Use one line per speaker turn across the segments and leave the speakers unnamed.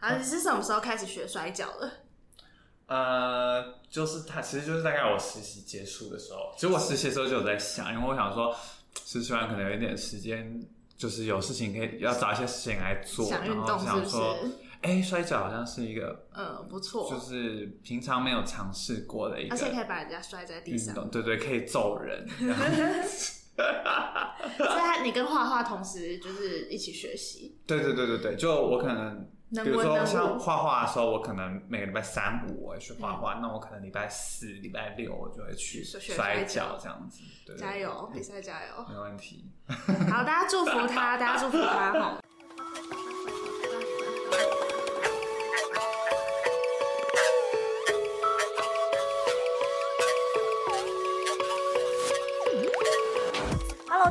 啊，你是什么时候开始学摔跤的？
呃，就是他，其实就是大概我实习结束的时候，其实我实习的时候就有在想，因为我想说，实习完可能有一点时间，就是有事情可以要找一些事情来做，
想运
然
动
后
是不
想
是
说，哎、摔跤好像是一个
嗯，不错，
就是平常没有尝试过的一
而且可
个
以把人家摔在地
运
上，
动，对对，可以揍人， 然后
所以他你跟画画同时就是一起学习，
对对对对对，就我可能。
能
比如
文
说
能
像
武，
画画的时候，我可能每个礼拜三五我会去画画，那我可能礼拜四、礼拜六我就会去
学学嗯摔
摔跤
跤
这样子。对，对
加，油，比赛加油！
没问题。
好，大家祝福他，大家祝福他哈。
Hello，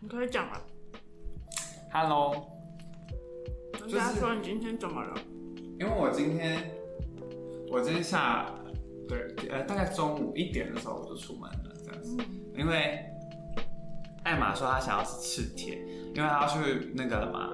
你可以讲了，
Hello，
跟
就是
大家说你今天怎么了？
因为我今天我今天下对呃大概中午一点的时候我就出门了，这样子，因为艾玛说她想要吃赤铁，因为她要去那个了嘛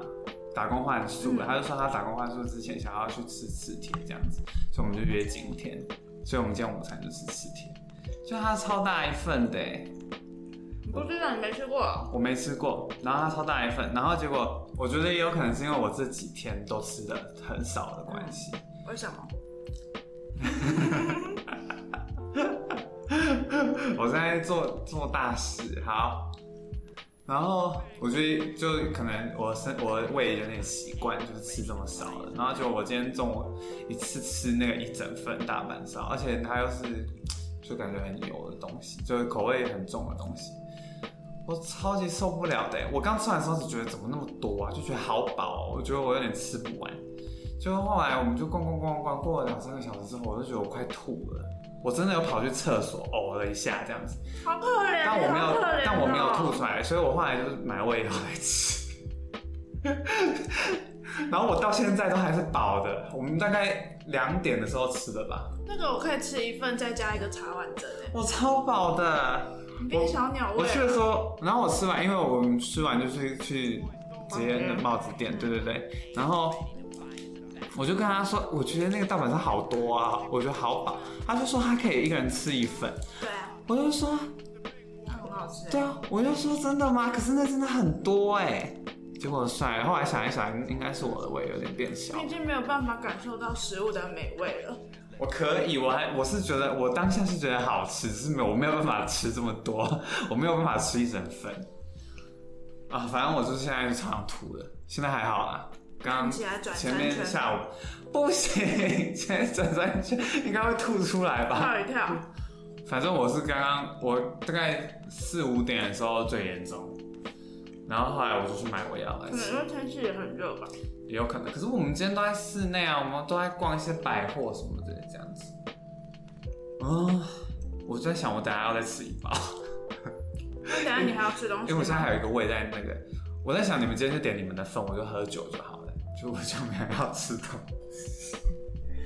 打工换宿了，她就说她打工换宿之前想要去吃赤铁这样子，所以我们就约今天，所以我们今天午餐就吃赤铁，就它超大一份的欸、
你不知道你没吃过，
我没吃过，然后它超大一份，然后结果我觉得也有可能是因为我这几天都吃的很少的关系，
为什么？
我在做做大事，好。然后我觉得就可能我身我胃有点习惯，就是吃这么少了。然后就我今天中午一次吃那个一整份大阪烧，而且它又是就感觉很油的东西，就是口味很重的东西，我超级受不了的欸。我刚吃完的时候就觉得怎么那么多啊，就觉得好饱哦、我觉得我有点吃不完。就后来我们就逛逛逛逛，过了两三个小时之后，我就觉得我快吐了，我真的有跑去厕所呕了一下这样子。
好可怜，
但我没
好
有
可怜哦，
但我没有吐出来，所以我后来就是买胃药来吃。 然后我到现在都还是饱的，我们大概两点的时候吃的吧，
那个我可以吃一份，再加一个茶碗蒸诶，
我超饱的。
你变小鸟
我
胃
去
了。
的时候，然后我吃完，因为我们吃完就去去直接那
嗯
帽子店，对对对，然后我就跟他说，我觉得那个大阪烧好多啊，我觉得好饱，他就说他可以一个人吃一份，
对啊，
我就说
那很好吃欸。
对啊，我就说真的吗？可是那真的很多哎、结果算了，后来想一想，应该是我的胃有点变小
你。已经没有办法感受到食物的美味了。
我可以，我还我是觉得我当下是觉得好吃，只是没有我没有办法吃这么多， 我没有办法吃一整份。啊，反正我就是现在就常常吐了，现在还好啦。刚
看起来转
前
三
面
圈
下午不行， 现在转三圈应该会吐出来吧？
跳一跳，
反正我是刚刚我大概四五点的时候最严重，然后后来我就去买胃药来
可能
吃
嗯
因，为天气也很热吧。
也有可能。可是我们今天都在室内啊，我们都在逛一些百货什么之类这样子。啊、我就在想，我等下要再吃一包，
那等一下你还要吃东
因
西
为哎我现在
吗？
还有一个胃在那个。我在想，你们今天就点你们的份，我就喝酒就好了，就我就没有要吃的，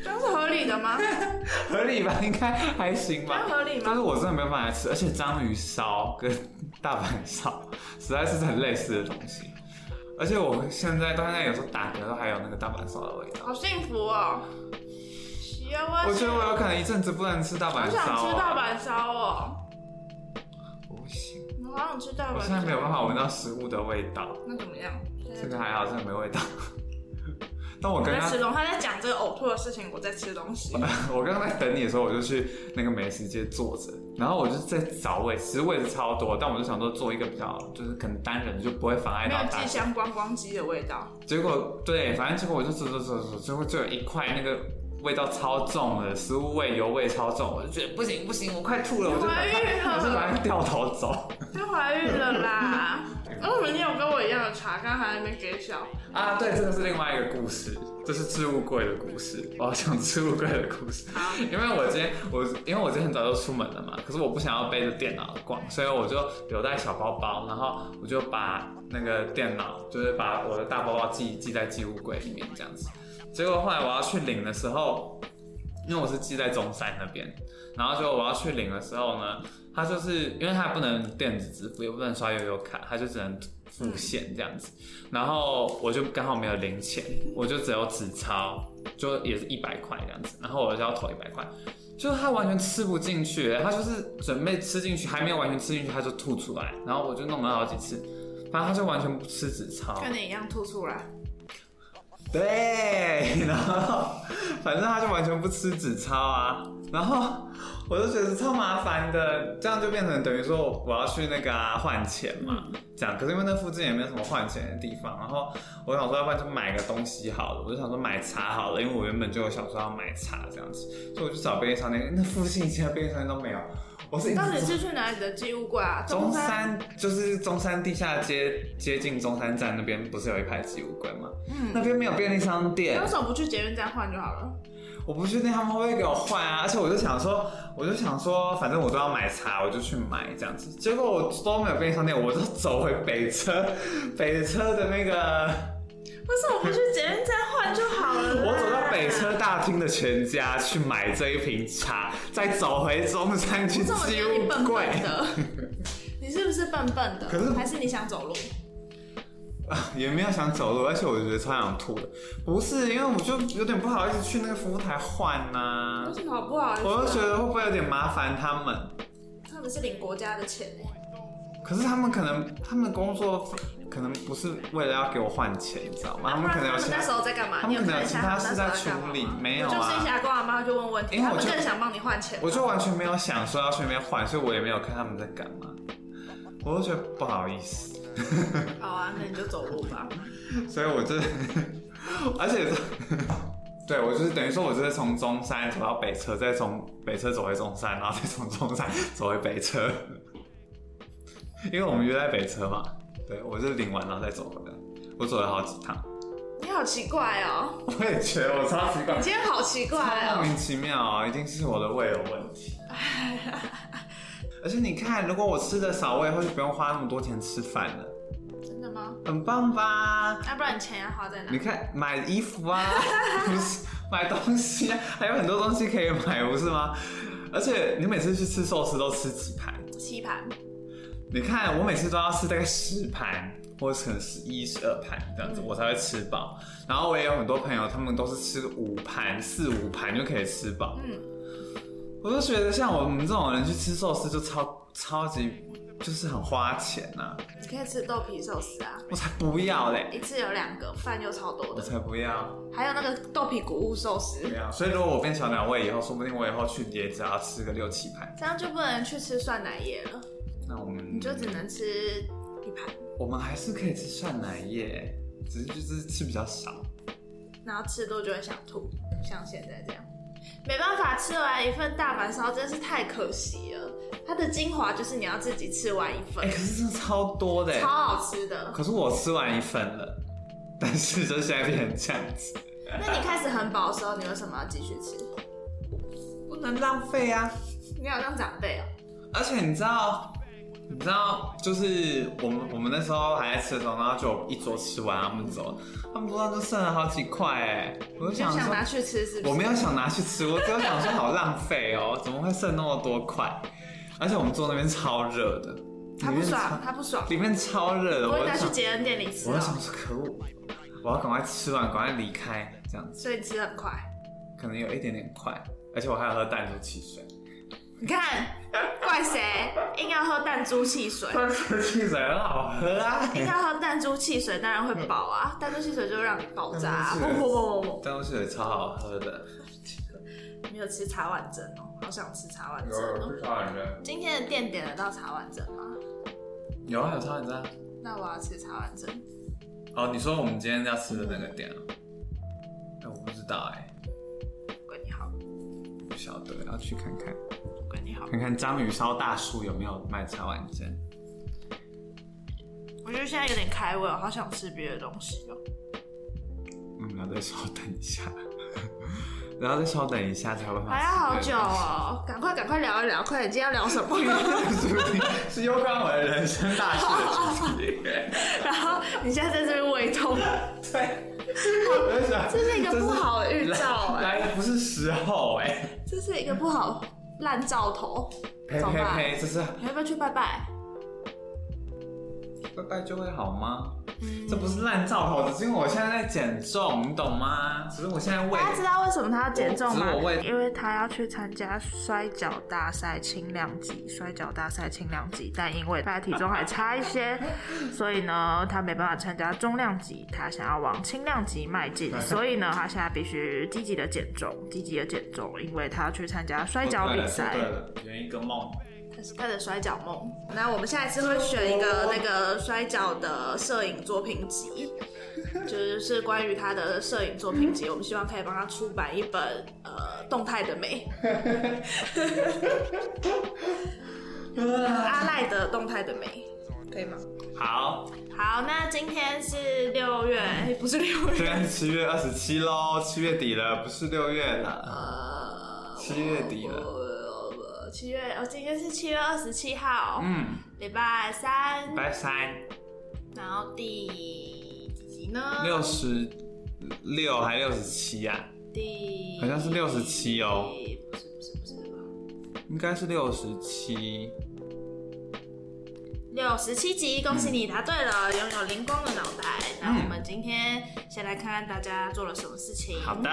这样是合理的吗？
合理吧？应该还行
这
吧
样？合理
但
吗？
是我真的没有办法吃，而且章鱼烧跟 大阪烧实在是很类似的东西，而且我现在到现在有时候打嗝都还有那个大阪烧的味道。
好幸福哦！喜呀我
我觉得我有可能一阵子不能吃大阪
好
烧、
想
哦，
吃大阪烧哦，
不行，
我好想吃大阪
我
烧。
现在没有办法闻到食物的味道，
那怎么样？
这个还好，这个没味道。 但我
我
刚
在
刚
吃东西，他在讲这个呕吐的事情，我在吃东西。
我刚刚在等你的时候，我就去那个美食街坐着，然后我就在找位，其实位置超多，但我就想说做一个比较，就是可能单人就不会妨碍
没
到
有
大
寄
家。
香光光机的味道，
结果对，反正结果我就走走走走，最后就有一块那个味道超重的食物味、油味超重，我就觉得不行不 行，我快吐了，我就
怀
赶快
孕了
我就赶快掉头走。
她怀孕了啦！哎
哦，你有跟我一样的茶，刚才还没给小。
啊，对，这个是另外一个故事，这是置物柜的故事。哦我要讲置物柜的故事，
好，
因为我今天我因为我今天很早就出门了嘛，可是我不想要背着电脑逛，所以我就留在小包包，然后我就把那个电脑，就是把我的大包包寄寄在寄物柜里面这样子。结果后来我要去领的时候，因为我是寄在中山那边，然后结果我要去领的时候呢，它就是因为它不能电子支付，也不能刷悠悠卡，它就只能付现这样子。然后我就刚好没有零钱，我就只有纸钞，就也是一百块这样子。然后我就要投一百块，就是他完全吃不进去，他就是准备吃进去，还没有完全吃进去他就吐出来，然后我就弄了好几次，反正他就完全不吃纸钞。
跟你一样吐出来。
对，然后反正他就完全不吃纸钞啊，然后我就觉得超麻烦的，这样就变成等于说我要去那个啊换、钱嘛，
嗯
这样。可是因为那附近也没有什么换钱的地方，然后我想说，要不然就买个东西好了，我就想说买茶好了，因为我原本就有想说要买茶这样子，所以我就找便利商店，那附近其他便利商店都没有，我是一直
到底
找
是去哪里的寄物柜啊？
中
山。
山就是中山地下街接近中山站那边，不是有一排寄物柜吗？那
嗯，
边没有便利商店
那，为什么不去捷运站换就好了？
我不确定他们会不会给我换啊，而且我就想说，我就想说，反正我都要买茶，我就去买这样子。结果我都没有便利商店，我就走回北车，北车的那个，
为什么不去捷运站换就好了？
我走到北。车大厅的全家去买这一瓶茶，再走回中山去
我怎么
寄
觉得你
物
笨
柜。
笨的？ 你是不是笨笨的？
可是
还是你想走路？
也没有想走路，而且我就觉得超想吐的。不是，因为我就有点不好意思去那个服务台换呐、
为什么好不好意思啊？
我就觉得会不会有点麻烦他们？
他们是领国家的钱欸
可是他们可能，他们工作可能不是为了要给我换钱，你知道吗？他们可能有其
那时
他，
候在干嘛？
他
你
们可能
看
有
一
其
下
他
他
事
们
在
那时
处
候干嘛
理
吗，
没有
我就是一
啊。
下跟阿妈就问问题，
因为
他
我
们
就
更想帮你换钱。
我就完全没有想说要去那边换，所以我也没有看他们在干嘛，我就觉得不好意思，
好啊，那你就走路 吧。
所以我就， 而且这，对我就是等于说，我就是从中山走到北车，再从北车走回中山，然后再从中山走回北车，因为我们约在北车嘛，对我就领完然后再走回来，我走了好几趟。
你好奇怪哦，
我也觉得我超奇怪
你，今天好奇怪
莫
哦。
名其妙啊，一定是我的胃有问题。而且你看，如果我吃的少，我以后就不用花那么多钱吃饭了，
真的吗？
很棒吧？
要不然你钱要花在哪
你？看，买衣服啊， 不是买东西啊，还有很多东西可以买，不是吗？而且你每次去吃寿司都吃几盘？
吸盘。
你看，我每次都要吃大概十盘，或者可能十一、十二盘这样子，我才会吃饱。然后我也有很多朋友，他们都是吃五盘、四五盘就可以吃饱。
嗯，
我就觉得像我们这种人去吃寿司就超超级，就是很花钱呐、
你可以吃豆皮寿司啊，
我才不要嘞，
一次有两个，饭又超多
我
的，
才不要
还有那个豆皮谷物寿
不
司，
要。所以如果我变小鸟胃以后，说不定我以后去也只要吃个六七盘。
这样就不能去吃酸奶液了，
那我们
你就只能吃一盘，
我们还是可以吃涮奶液，只是就是吃比较少。
然后吃多就会想吐，像现在这样。没办法，吃完一份大阪烧真是太可惜了。它的精华就是你要自己吃完一份
哎、，可是真的超多的欸，
超好吃的。
可是我吃完一份了，但是就现在变成这样子，
那你开始很饱的时候，你为什么要继续吃？
不能浪费啊！
你好像长辈哦、
而且你知道，你知道，就是我们我们那时候还在吃的时候，然后就一桌吃完，他们走了，他们桌上就剩了好几块哎，我
你
就
就
想
想
说
拿，去吃是不是？
我没有想拿去吃，我只有想说好浪费哦，怎么会剩那么多块？而且我们坐那边超热的，
他
里
不
面超
爽，他不爽。
里面超热的，
我
我
会
就
拿去
想，
捷恩店里吃
我
哦、
就想说可恶，我要赶快吃完，赶快离开，这样子
所以你吃得很快。
可能有一点点快，而且我还有喝淡竹汽水。
你看，怪谁？硬要喝弹珠汽水，
但是汽水很好喝啊！
硬要喝弹珠汽水，当然会饱 啊。弹珠汽水就会让你爆炸、啊。
弹珠汽水
不不不不
但我觉得超好喝的。
不，没有吃茶碗蒸哦、好想吃茶碗蒸哦、
超碗蒸，
今天的店点得到茶碗蒸吗？
有啊有超碗蒸。
那我要吃茶碗蒸。
哦，你说我们今天要吃的那个店啊？哎，我不知道哎，
管你好，
不晓得，要去看看，
管你好。
看看章鱼烧大叔有没有卖茶碗蒸。
我觉得现在有点开胃，我哦好想吃别的东西哦。
我嗯们要再稍等一下， 然后再稍等一下才有办法。
还要好久。哦，赶快赶快聊一聊，快点，今天要聊什 么？
是攸关我的人生大事的主题。
然后你现在在这边胃痛，
对，我就想
这是一个不好的预兆哎、
来的不是时候哎、
这是一个不好烂兆头，
呸
怎么
呸
办？
呸，这是
你要不要去拜拜？
拜拜就会好吗？
嗯
这不是烂兆头，只是因为我现在在减重，你懂吗？只是我现在胃
大家知道为什么他要减重吗
我只是我为？
因为他要去参加摔跤大赛轻量级，摔跤大赛轻量级，但因为他体重还差一 些，所以呢，他没办法参加重量级，他想要往轻量级迈进， 所以呢，他现在必须积极的减重，积极的减重，因为他要去参加摔跤比赛
对。了，对了圆一个梦。
他是他的摔跤梦。那我们下一次会选一个那个摔跤的摄影作品集，就是是关于他的摄影作品集。我们希望可以帮他出版一本呃动态的美，阿赖的动态的美，可以吗？
好，
好，那今天是六月，哎不是六
现在
月，
是七月二十七喽，七月底了，不是六月了，
呃，
七月底了。
呃七月，哦，今天是七月二十七号，
嗯，
礼拜三，
拜三
然后第几集呢？
六十六还六十七啊，
第
好像是67哦
不是不是不是
应该是六十七。
六十七集，恭喜你答对了，
嗯
拥有灵光的脑袋。那我们今天先来看看大家做了什么事情。
好的，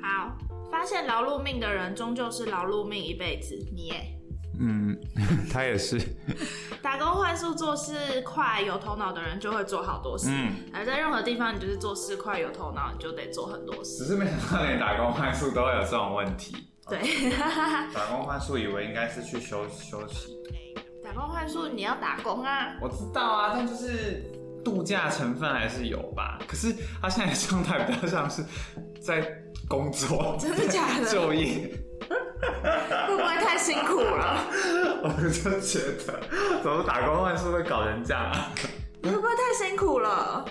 好，发现劳碌命的人终究是劳碌命一辈子。你耶，
嗯，他也是，
打工换宿做事快，有头脑的人就会做好多事。
嗯，
而在任何地方，你就是做事快有头脑，你就得做很多
只
事。
是没想到连打工换宿都会有这种问题。
对，
打工换宿以为应该是去休休息的，
打工换宿你要打工啊，
我知道啊，但就是度假成分还是有吧。可是他现在状态比较像是在工作、
真的假的？
就业，
会不会太辛苦了？
我就觉得怎么打工换宿会搞成这样啊？
会不会太辛苦了？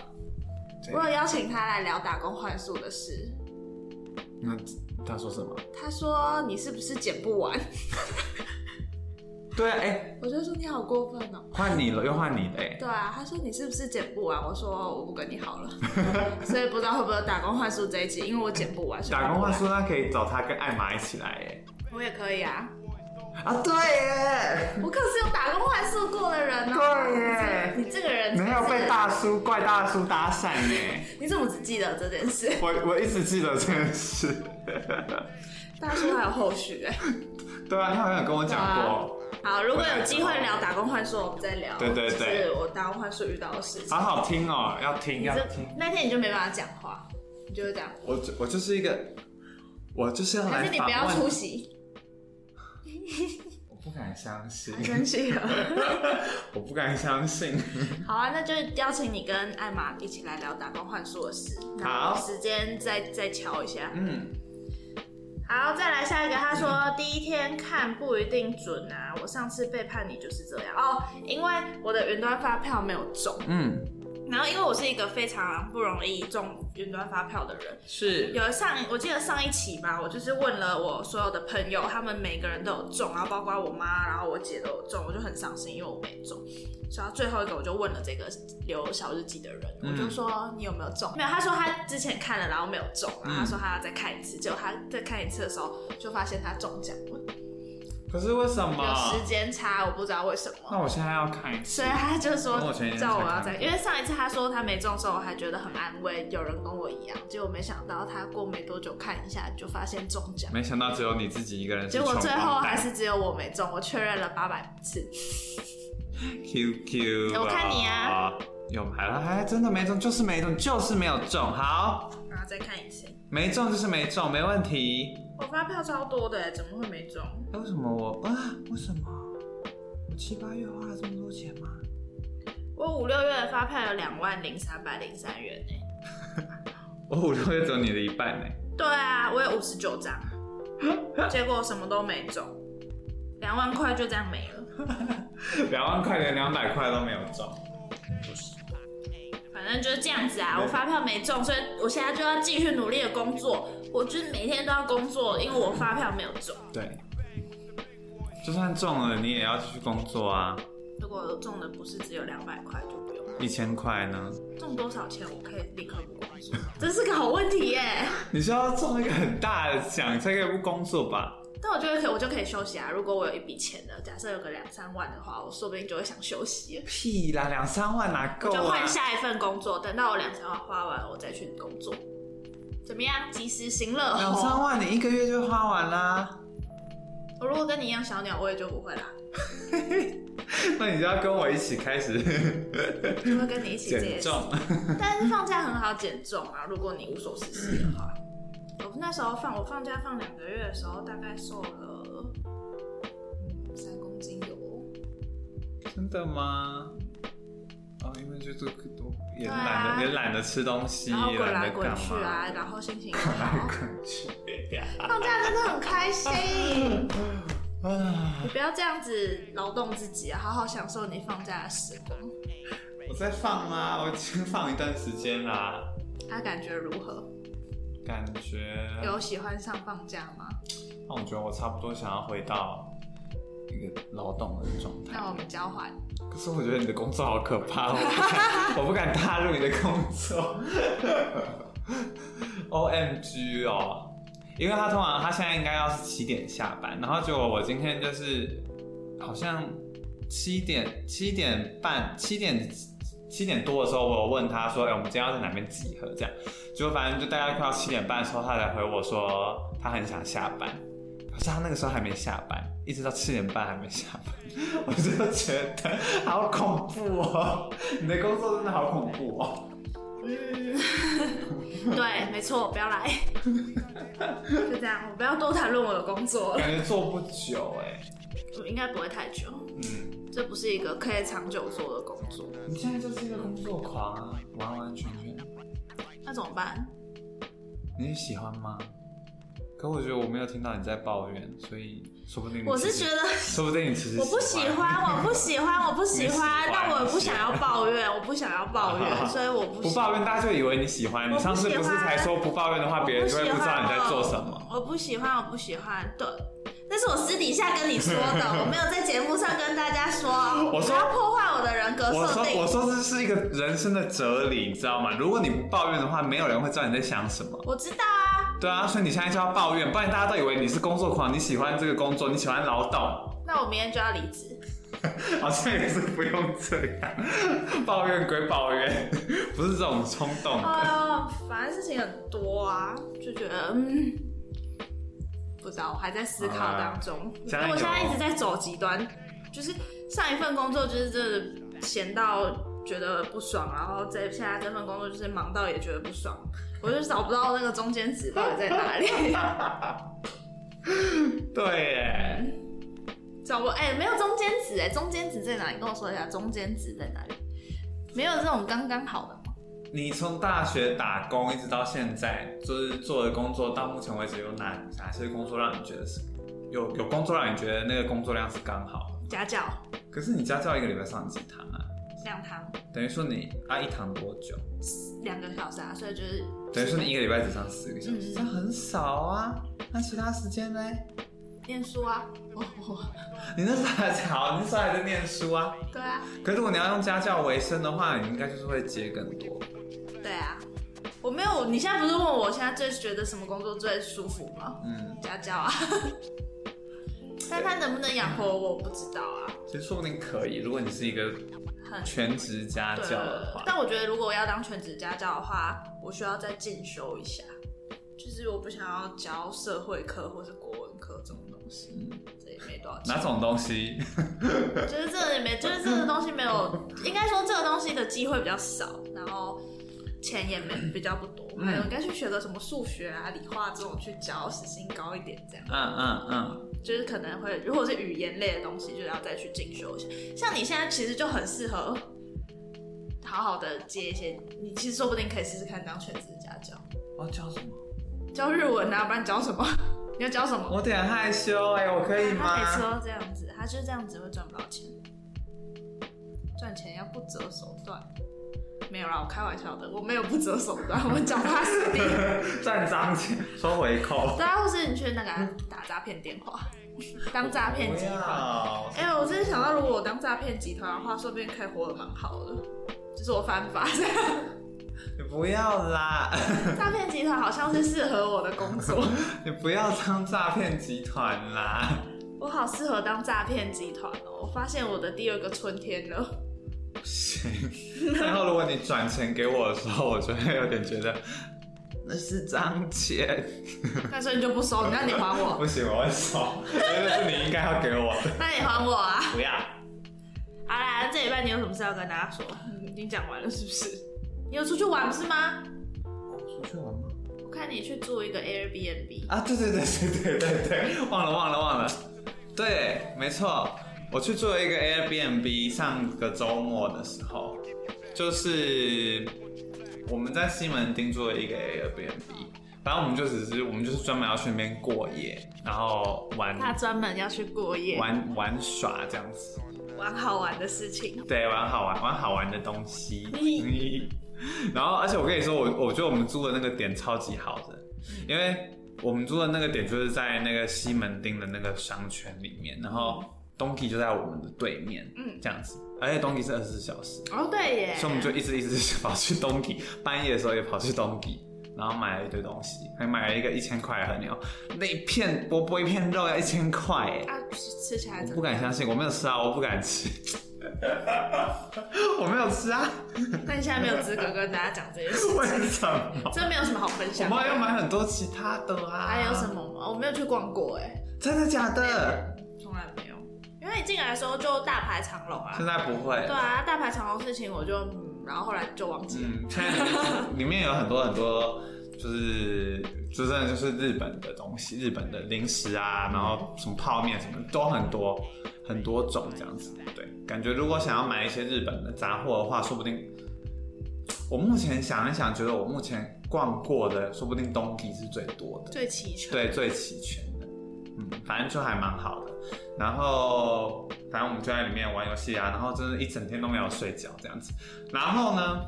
对啊
我有邀请他来聊打工换宿的事，
那他说什么？
他说你是不是剪不完？
对啊，哎、
我就说你好过分哦、
换你了，又换你的哎、
对啊，他说你是不是剪不完？我说我不跟你好了， 所以不知道会不会有打工换宿这一集，因为我剪不完。所以
打工换宿，
我不
那可以找他跟艾玛一起来哎、
来，我也可以啊，
啊，对耶，
我可是有打工换宿过的人呢、哦
对耶
你这个 人
没有被大，叔怪大叔搭讪哎、
你怎么只记得这件事？
我我一直记得这件事。
大叔还有后续哎、
对啊，他好像有跟我讲过，
好，如果有机会聊打工换宿，我们再聊。
对对对
就是我打工换宿遇到的事情。
好好听哦，要听
啊你
要
这
听。
那天你就没办法讲话，你就会这样。
我就我就是一个，我就是要
还
来
是你
访
不要
问
出 席，
我不敢相信，
啊真是的。
我不敢相信。
好啊，那就邀请你跟艾玛一起来聊打工换宿的事。
好
那时间再再瞧一下。
嗯，
好，再来下一个。他说第一天看不一定准啊，我上次背叛你就是这样哦，因为我的云端发票没有中，
嗯，
然后因为我是一个非常不容易中云端发票的人，
是
有上，我记得上一期吧，我就是问了我所有的朋友，他们每个人都有中，然后包括我妈，然后我姐都有中，我就很伤心，因为我没中。所以到最后一个，我就问了这个留小日记的人，
嗯
我就说你有没有中？没有，他说他之前看了，然后没有中，然后他说他要再看一次，结果他再看一次的时候，就发现他中奖了，
可是为什
有时
么？
间差，我不知道为什么。
那我现在要看一次
所以。他就说
哦跟我前一天
叫我
才
要
看
再，因为上一次他说他没中的时候，我还觉得很安慰，有人跟我一样，结果没想到他过没多久看一下就发现中奖。
没想到只有你自己一个人是
结果
穷
最后
光蛋
还是只有我没中，我确认了八百次。
QQ
哎
吧。
我看你啊
有买了，还真的没中，就是没中，就是没有中。好，
然后再看一次，
没中就是没中，没问题。
我发票超多的，欸怎么会没中？
哎为什么我啊？为什么我七八月花了这么多钱吗？
我五六月的发票有两万零三百零三元欸呢。
哦我五六月只有你的一半呢、
对啊，我有五十九张，结果什么都没中，两万块就这样没了。
两万块连两百块都没有中，
反正就是这样子啊，我发票没中，所以我现在就要继续努力的工作。我就是每天都要工作，因为我发票没有中。
对，就算中了，你也要继续工作啊。
如果我中的不是只有两百块，就不用了。
一千块呢？
中多少钱我可以立刻不工作？这是个好问题耶、
你是要中一个很大的奖才可以不工作吧？
但我觉得可以我就可以休息啊。如果我有一笔钱的，假设有个两三万的话，我说不定就会想休息，
屁啦，两三万哪够
就
啊？
换下一份工作。等到我两三万花完，我再去工作。怎么样？及时行乐。
两三万你一个月就花完啦，
我如果跟你一样小鸟，我也就不会啦，
那你就要跟我一起开始
就会跟你一起
减
接。
重。
但是放假很好减重啊，如果你无所事事的话。我那时候放我放假放两个月的时候，大概瘦了嗯三公斤有哦。
真的吗？哦，因为就这个都也
对啊
懒得也懒得吃东西，
然后
也
滚来啊
懒得
滚
干
去
嘛
啊，，然后心情也
滚来
好，
滚去
放假真的很开心。
啊！
你不要这样子劳动自己啊，好好享受你放假的时光。
我在放吗？我已经放一段时间啦，
他、感觉如何？
感觉
有喜欢上放假吗？
那我觉得我差不多想要回到一个劳动的状态。
那我们交换。
可是我觉得你的工作好可怕，我不敢，我不敢踏入你的工作。O M G 哦，因为他通常他现在应该要是七点下班，然后结果我今天就是好像七点七点半七点七点多的时候，我有问他说，哎、我们今天要在哪边集合？这样，结果反正就大概快到七点半的时候，他才回我说他很想下班，可是他那个时候还没下班，一直到七点半还没下班。 我就觉得 好恐怖哦，你的工作真的好恐怖哦。
嗯，对，没错，不要来。 就这样，我不要多谈论我的工作了，
感觉做不久哎、
我应该不会太久。
嗯，
这不是一个可以长久做的工作，
你现在就是一个工作狂啊，完完全全。
那怎么办？
你喜欢吗？可我觉得我没有听到你在抱怨，所以说不定你
我是
其
觉
实，
得
说不定你其实
我不喜欢，哦我不喜欢，我不喜
你
欢，
喜欢
但我不想要抱怨，我不想要抱怨，所以我不
不抱怨，大家就以为你喜欢。你
我不
上次不是
喜欢啊
才说不抱怨的话，别人就会不知道你在做什么。
我不喜欢，我不喜欢，对。那是我私底下跟你说的， 我没有在节目上跟大家说。
我说
不要破坏我的人格
我
设
说
定。
我说这是一个人生的哲理，你知道吗？如果你不抱怨的话，没有人会知道你在想什么。
我知道啊，
对啊，所以你现在就要抱怨，不然大家都以为你是工作狂，你喜欢这个工作，你喜欢劳动，
那我明天就要离职。
好像也是不用这样。抱怨归抱怨， 不是这种冲动。
哎呀，反正事情很多啊，就觉得嗯，不知道，我还在思考当中。因
加油
为我现在一直哦在走极端，就是上一份工作就是真的闲到觉得不爽，然后在现在这份工作就是忙到也觉得不爽，我就找不到那个中间值到底在哪里。
对耶，
找不哎、没有中间值哎、中间值在哪里？跟我说一下中间值在哪里？没有这种刚刚好的吗？
你从大学打工一直到现在，就是做的工作，到目前为止有哪哪些工作让你觉得是有有工作让你觉得那个工作量是刚好？
家教
可是你家教一个礼拜上几堂啊？
两堂
等于说你啊一堂多久？
两个小时啊，所以就是
等于说你一个礼拜只上四个小时，
嗯
这很少啊。那其他时间呢？
念书啊，我我
你那时候还在好，你那时候还在念书啊。
对啊，
可是如果你要用家教为生的话，你应该就是会接更多。
对啊，我没有，你现在不是问我现在最觉得什么工作最舒服吗？
嗯，
家教啊， 但他能不能养活我，我不知道啊，
其实说不定可以，如果你是一个
很
全职家
对
教的话。
但我觉得如果我要当全职家教的话，我需要再进修一下，就是我不想要教社会课或是国文课这种东西，
嗯
这也没多少钱
哪。种 东西？
就是这个也没，就是这个东西没有，应该说这个东西的机会比较少，然后钱也没比较不多，
嗯
还有应该去学个什么数学啊、理化这种去教，时薪高一点这样，
嗯嗯嗯，
就是可能会如果是语言类的东西，就要再去进修一下。像你现在其实就很适合好好的接一些，你其实说不定可以试试看当全职家教，
我要哦教什么？
教日文啊，不然教什么？ 你要教什么？
我有点害羞哎、我可以
他每次
吗？
都这样子，他就是这样子会赚不到钱，赚钱要不择手段。没有啦，我开玩笑的，我没有不择手段，我脚踏实地。
站长收回扣。
对啊，或是你去那个啊打诈骗电话， 当诈骗集
不
团。
要
哎、我真的想到，如果我当诈骗集团的话，说不定可以活得蛮好的。就是我犯法，
你不要啦，
诈骗集团好像是适合我的工作，
你不要当诈骗集团啦。
我好适合当诈骗集团哦。我发现我的第二个春天了，
行， 然后如果你转钱给我的时候，我就会有点觉得那是脏钱，
但是你就不收，那你还我，
不行，我会收，这就是你应该要给我的，
那你还我啊！
不要。
好啦，这礼拜你有什么事要跟大家说？你嗯已经讲完了是不是？你有出去玩不是吗？
出去玩吗？
我看你去住一个 Airbnb，
啊，对对对对对对对，忘了忘了忘了，对，没错，我去做一个 Airbnb，上个周末的时候，就是我们在西门町做了一个 Airbnb，反正我们就只是我们就是专门要去那边过夜，然后玩
他专门要去过夜，
玩玩耍这样子，
玩好玩的事情。
对，玩好玩玩好玩的东西。 然后，而且我跟你说，我我觉得我们租的那个点超级好的，因为我们租的那个点就是在那个西门町的那个商圈里面，然后东体就在我们的对面，嗯
嗯，
这样子。而且东体是二十四小时，
哦，对耶，
所以我们就一直一直跑去东体， 半夜的时候也跑去东体，然后买了一堆东西，还买了一个一千块的和牛，那一片薄薄一片肉要一千块哎，
啊，吃起来
我
怎
不
么
敢
样？
相信，我没有吃啊，我不敢吃， 我没有吃啊，
那你现在没有资格跟大家讲这件 事，
为什么？
这没有什么好分
我
享的。
妈要买很多其他的啊，
还有什？么吗？我没有去逛过哎，
真的假的？
从来没有。因为你进来的时候就大排长龙啊
现，在不会
对。啊，大排长龙事情我就，嗯然后后来就忘记了。
嗯，现在 里面有很多很多，就是就真的就是日本的东西，日本的零食啊，然后什么泡面什么都很多很多种这样子。对，感觉如果想要买一些日本的杂货的话，说不定我目前想一想，觉得我目前逛过的，说不定东迪是最多的。
最齐全，
对，最齐全的。嗯，反正就还蛮好的。然后，反正我们就在里面玩游戏啊，然后真的一整天都没有睡觉这样子。然后呢，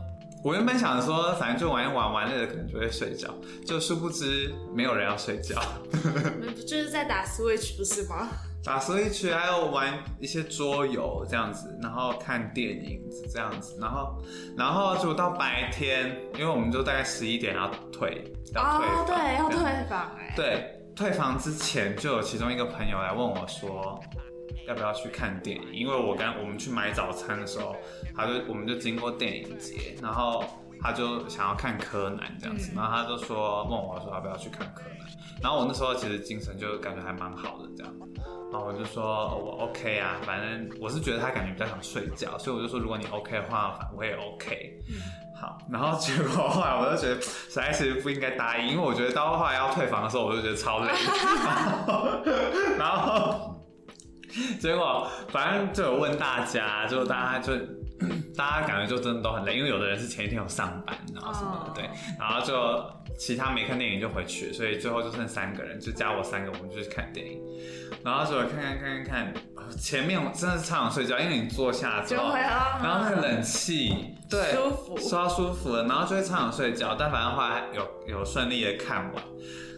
我原本想说，反正就玩一玩，玩累了可能就会睡觉，就殊不知没有人要睡觉。
你们不就是在打 Switch 不是吗？
打 Switch 还有玩一些桌游这样子，然后看电影这样子，然后然后就到白天，因为我们就大概十一点要退，要退
哦，
房
对，要
这样
退房哎、
对，退房之前就有其中一个朋友来问我说，要不要去看电影？因为我刚我们去买早餐的时候，他就我们就经过电影节，然后他就想要看柯南这样子，
嗯
然后他就说问我说要不要去看柯南，然后我那时候其实精神就感觉还蛮好的这样。然后我就说，哦我 OK 啊，反正我是觉得他感觉比较想睡觉，所以我就说，如果你 OK 的话，反我也 OK。好，然后结果后来我就觉得实在是不应该答应，因为我觉得到后来要退房的时候，我就觉得超累。然后，然后结果反正就有问大家，就大家就 大家感觉就真的都很累，因为有的人是前一天有上班，然后什么的，
哦
对，然后就其他没看电影就回去，所以最后就剩三个人，就加我三个，我们就去看电影。然后结果看看看看看，前面我真的是超想睡觉，因为你坐下之
就
后
会，啊，
哦然后那个冷气，对，
舒服
说到舒服了，然后就会超想睡觉，但反正后来有有顺利的看完，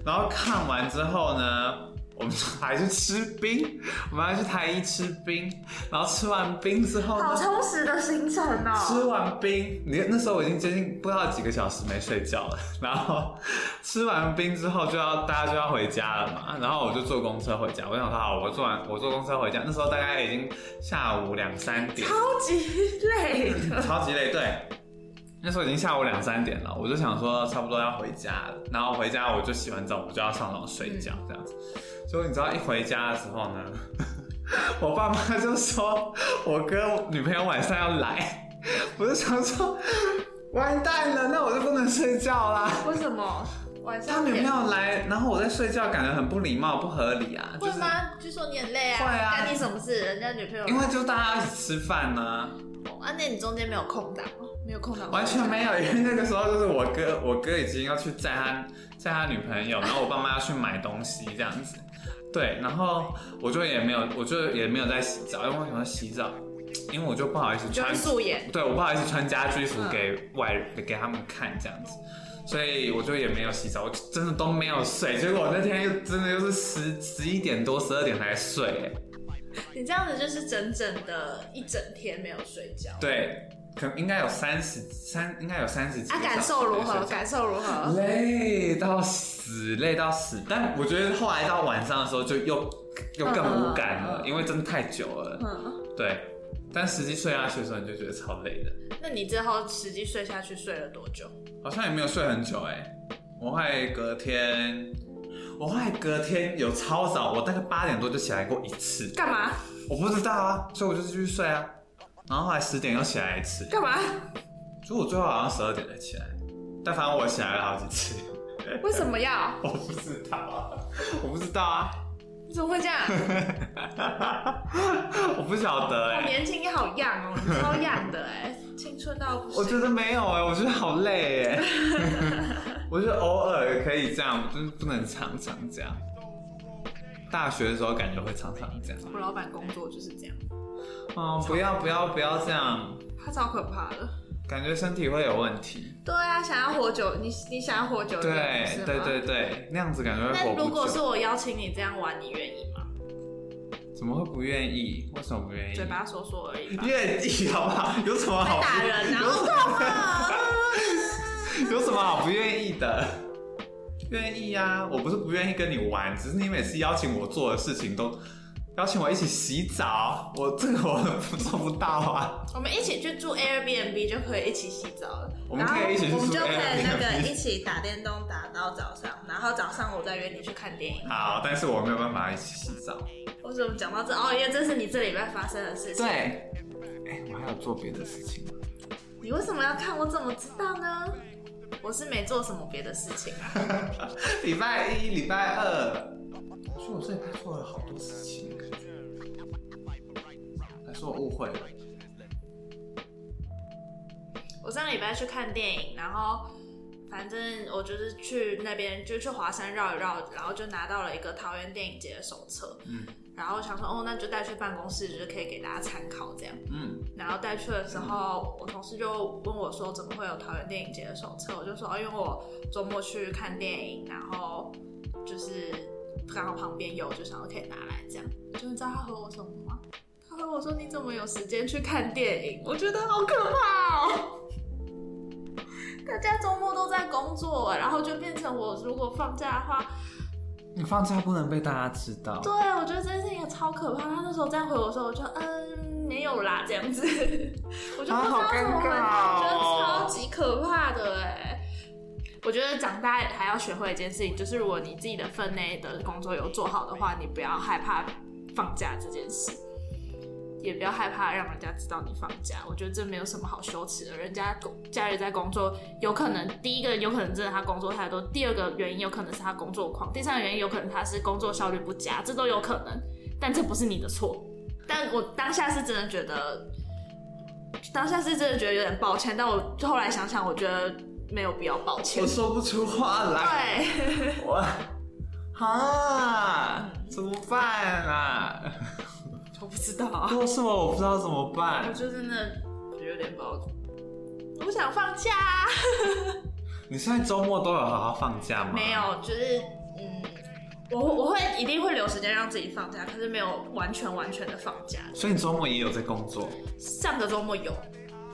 然后看完之后呢，我们就还去吃冰，我们还去台一吃冰，然后吃完冰之后呢
好，充实的行程
吃
哦、
完冰，你那时候我已经接近不知道几个小时没睡觉了，然后吃完冰之后就要大家就要回家了嘛，然后我就坐公车回家。我想说好，我坐完我坐公车回家，那时候大概已经下午两三点，
超级累的，
超级累，对。那时候已经下午两三点了，我就想说差不多要回家了，然后回家我就洗完澡，我就要上床睡觉这样子。结果你知道一回家的时候呢， 我爸妈就说我跟女朋友晚上要来，我就想说完蛋了，那我就不能睡觉啦。
为什么晚
他
上
女朋
点？
友来，然后我在睡觉，感觉很不礼貌、不合理啊。就
会
是
吗？据说你很累啊，
会啊
干你什么事？人家女朋友
因为就大家一起吃饭呢、
啊，那你中间没有空档吗，没有空档，
完全没有，因为那个时候就是我哥， 我哥已经要去载他载他女朋友，然后我爸妈要去买东西这样子，对，然后我就也没有，我就也没有在洗澡，因为我想说洗澡因为我就不好意思
就是
穿
素颜，
对，我不好意思穿家居服给外人、给他们看这样子，所以我就也没有洗澡，我就真的都没有睡。结果我那天又真的又是十十一点多、十二点才睡、欸
你这样子就是整整的一整天没有睡觉。
对，可能应该有三十三，应该有三十几。
啊，感受如何？感受如何？
累到死，累到死。但我觉得后来到晚上的时候，就又又更无感了，因为真的太久了。
嗯，
对，但实际睡下去的时候，你就觉得超累的。
那你之后实际睡下去睡了多久？
好像也没有睡很久哎、我后来隔天，我后来隔天有超早，我大概八点多就起来过一次，
干嘛？
我不知道啊，所以我就继续睡啊，然后后来十点又起来一次，
干嘛？
所以我最后好像十二点才起来，但反正我起来了好几次，
为什么要？
我不知道啊，我不知道啊，
你怎么会这样？
我不晓得哎、
好年轻，你好样 哦，你超样的哎，青春到不
我觉
行。
得没有哎、我觉得好 累哎、我觉得偶尔可以这样，就是不能常常这样。大学的时候感觉会常常这样。
我老板工作就是这样，
嗯，不要不要不要这样，
他超可怕的。
感觉身体会有问题。
对啊，想要活久，你你想要活久一点，不是
对对
吗。
对对，那样子感觉会
那
活
如果
不
是
久。
我邀请你这样玩，你愿意吗？
怎么会不愿意？为什么不愿意？
嘴巴说说而已吧。
愿意好不好？有什么嗯 好
会打人啊！好痛啊！
有什么好不愿意的？ 愿意啊，我不是不愿意跟你玩，只是你每次邀请我做的事情都邀请我一起洗澡，我这个我做不 到啊。
我们一起去住 Airbnb 就可以一起洗澡了，
我们可以一起去
然后
住
我们就可以那个
Airbnb
一起打电动打到早上，然后早上我再约你去看电影。
好，但是我没有办法一起洗澡。
我怎么讲到这？哦，因为这是你这礼拜发生的事情。
对，，哎、我还有做别的事情 吗？
你为什么要看我？怎么知道呢？我是没做什么别的事情啊。
礼拜一、礼拜二，说我这礼拜做了好多事情，感觉还是我误会了。
我上礼拜去看电影，然后反正我就是去那边就去华山绕一绕，然后就拿到了一个桃园电影节的手册，
嗯
然后想说哦，那就带去办公室，就是可以给大家参考这样。
嗯，
然后带去的时候，我同事就问我说：“怎么会有桃园电影节的手册？”我就说：“哦，因为我周末去看电影，然后就是刚好旁边有，就想说可以拿来这样。”就你知道他回我什么吗？他回我说：“你怎么有时间去看电影？”我觉得好可怕哦！ 大家周末都在工作，然后就变成我如果放假的话，
你放假不能被大家知道。
对我觉得这件事情也超可怕。他那时候这样回我的时候，我就嗯没有啦这样子， 我就不知道
啊
怎
好
么回
尴尬
答，我觉得
哦
超级可怕的哎、我觉得长大还要学会一件事情，就是如果你自己的分内的工作有做好的话，你不要害怕放假这件事，也不要害怕让人家知道你放假。我觉得这没有什么好羞耻的，人家工家里在工作，有可能第一个有可能真的他工作太多，第二个原因有可能是他工作狂，第三个原因有可能他是工作效率不佳，这都有可能，但这不是你的错。但我当下是真的觉得，当下是真的觉得有点抱歉，但我后来想想，我觉得没有必要抱歉
我。说不出话来。
对，
我啊，怎么办啊？
我不知道啊，
如果是我，我不知道怎么
我
办。
就真的有点抱歉。我想放假啊、
你现在周末都有好好放假吗？
没。有，就是嗯，我我会一定会留时间让自己放假，可是没有完全完全的放假。
所以你周末也有在工作？
上个周末有，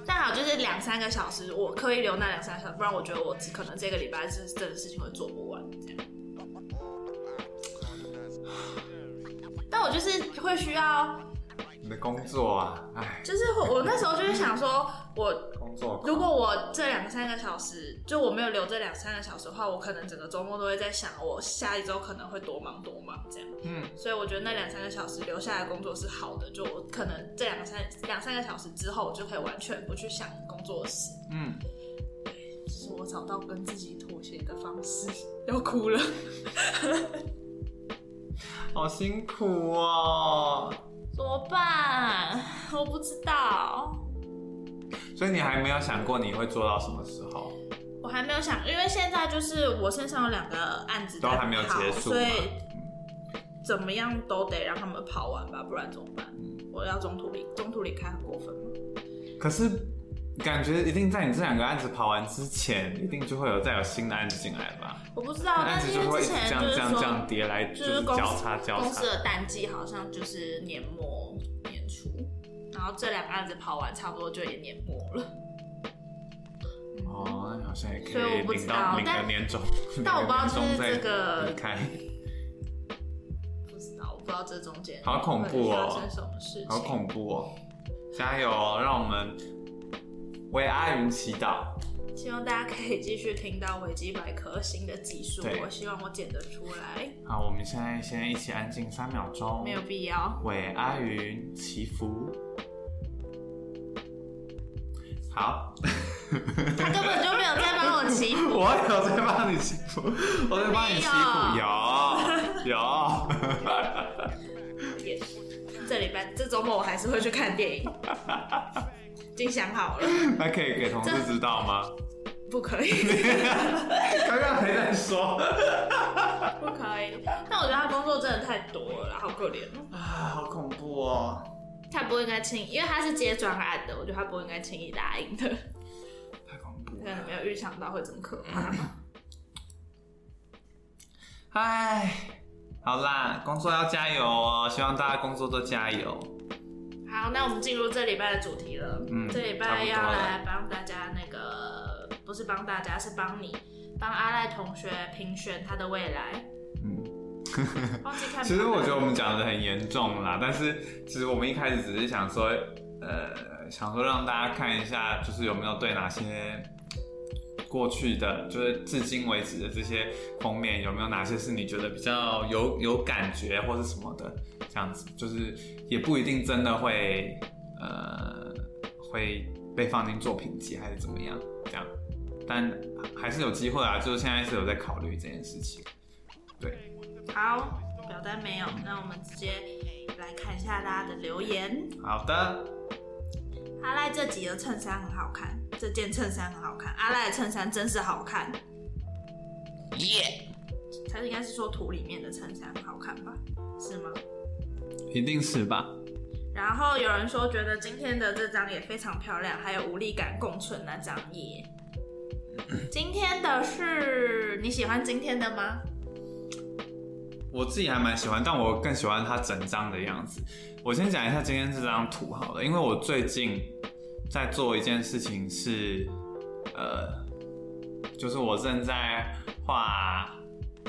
但好就是两三个小时，我刻意留那两三个小时，不然我觉得我只可能这个礼拜是这个事情会做不完这样。 但我就是会需要，
你的工作啊，哎，
就是会我那时候就是想说，我
工作。
如果我这两三个小时，就我没有留这两三个小时的话，我可能整个周末都会在想，我下一周可能会多忙多忙这样。
嗯，
所以我觉得那两三个小时留下来工作是好的，就我可能这两三两三个小时之后，我就可以完全不去想工作的事。
嗯，
这是我找到跟自己妥协的方式。 要哭了，
好辛苦哦。
怎么办？我不知道，
所以你还没有想过你会做到什么时候？
我还没有想，因为现在就是我身上有两个案子在
都还没有
跑
结束吗
所以怎么样都得让他们跑完吧，不然怎么办？
嗯，
我要中途离中途离开很过分吗？
可是感觉一定在你这两个案子跑完之前，一定就会有再有新的案子进来吧？
我不知道，
那
但
案子
是
就
因为
会一
之
直
前
这样
就是
这样这样
说，
叠来，就
就是
是
公
交
司
叉交
公
叉
司。的淡季好像就是年末年初，然后这两个案子跑完，差不多就也年末了。
哦，那好像也可
所以我不
领
知
到
道
明个
但
年终，
但我不知道
明 年
就是
终再
这个
离开，
不知道，我不知道这中间
好恐
会
怖哦
发生什么事情？
好恐怖哦！加油哦，让我们为阿云祈祷。
希望大家可以继续听到维基百科新的技术
对，
我希望我剪得出来，
好，我们现在先一起安静三秒钟，
没有必要。
为阿云祈福。好，
他根本就没有在帮我祈福，
我有在帮你祈 福，我在帮你祈福，有有。
也是这礼拜这周末我还是会去看电 影，已经想好了，
那可以给同事知 道吗？
不可 以。
刚刚还在说
不可以。但我觉得他工作真的太多了啦，好可怜哦。
啊，好恐怖哦。
他不应该轻，因为他是接专案的，我觉得他不应该轻易答应的。
太恐怖
可
了
能没有预想到会这么可怕。
唉，好啦，工作要加油哦，希望大家工作都加油。
好，那我们进入这礼拜的主题了。
嗯
这礼
差不
拜
多
要
了
来帮大家那个，不是帮大家，是帮你。帮阿赖同学评选他的未来，
嗯，
忘记看。
其实我觉得我们讲的很严重啦，但是其实我们一开始只是想说，呃，想说让大家看一下，就是有没有对哪些过去的，就是至今为止的这些封面，有没有哪些是你觉得比较有有感觉或是什么的，这样子，就是也不一定真的会，呃，会被放进作品集还是怎么样，这样，但还是有机会啊，就是现在是有在考虑这件事情。
好，表单没有，那我们直接来看一下大家的留言。
好的。
阿赖这集的衬衫很好看，这件衬衫很好看，阿赖的衬衫真是好看。耶！他应该是说图里面的衬衫很好看吧？是吗？
一定是吧？
然后有人说觉得今天的这张也非常漂亮，还有无力感共存那张 也。今天的是你喜欢今天的吗？
我自己还蛮喜欢，但我更喜欢它整张的样子。我先讲一下今天这张图好了，因为我最近在做一件事情是，呃，就是我正在画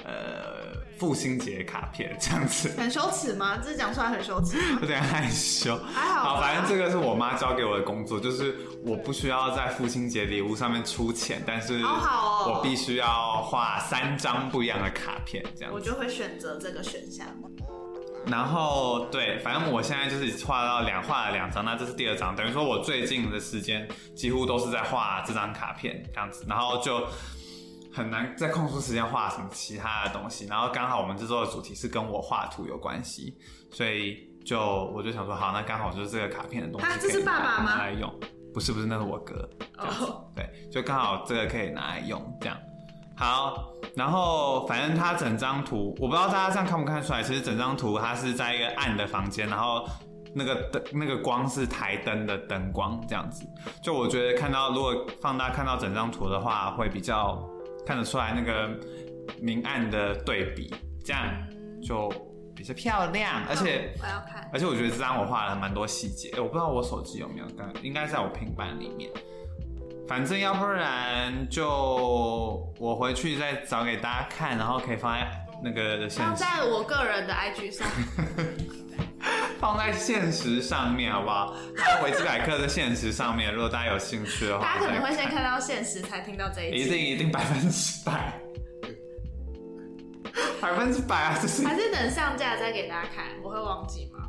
呃父亲节卡片这样子，
很羞耻吗？这讲出来很羞耻吗？
有点害羞。
还好
好，
吧，
反正这个是我妈交给我的工作，就是我不需要在父亲节礼物上面出钱，但是
好好哦
我必须要画三张不一样的卡片这样
我
子。
就会选择这个选项。
然后对，反正我现在就是画到两画了两张，那这是第二张，等于说我最近的时间几乎都是在画这张卡片这样子，然后就很难再空出时间画什么其他的东西。然后刚好我们这周的主题是跟我画图有关系，所以就我就想说，好，那刚好就是这个卡片的东西可以
啊这是爸爸吗
拿来用，不是不是，那是我哥。这样子
哦，
对，就刚好这个可以拿来用，这样。好，然后反正它整张图，我不知道大家这样看不看得出来，其实整张图它是在一个暗的房间，然后那个灯那个光是台灯的灯光这样子。就我觉得看到如果放大看到整张图的话，会比较看得出来那个明暗的对比，这样就比较漂亮，而且。
我要看。
而且我觉得这张我画了蛮多细节、诶我不知道我手机有没有，但应该在我平板里面。反正要不然就我回去再找给大家看，然后可以放在那个现
放
实
在我个人的 IG 上，
放在现实上面，好不好？在维基百科的现实上面，如果大家有兴趣的话，
大家可能
再
会先看到现实才听到这一
一
集，
定一定百分之百，百分之百啊！这是
还是等上架再给大家看？我会忘记吗？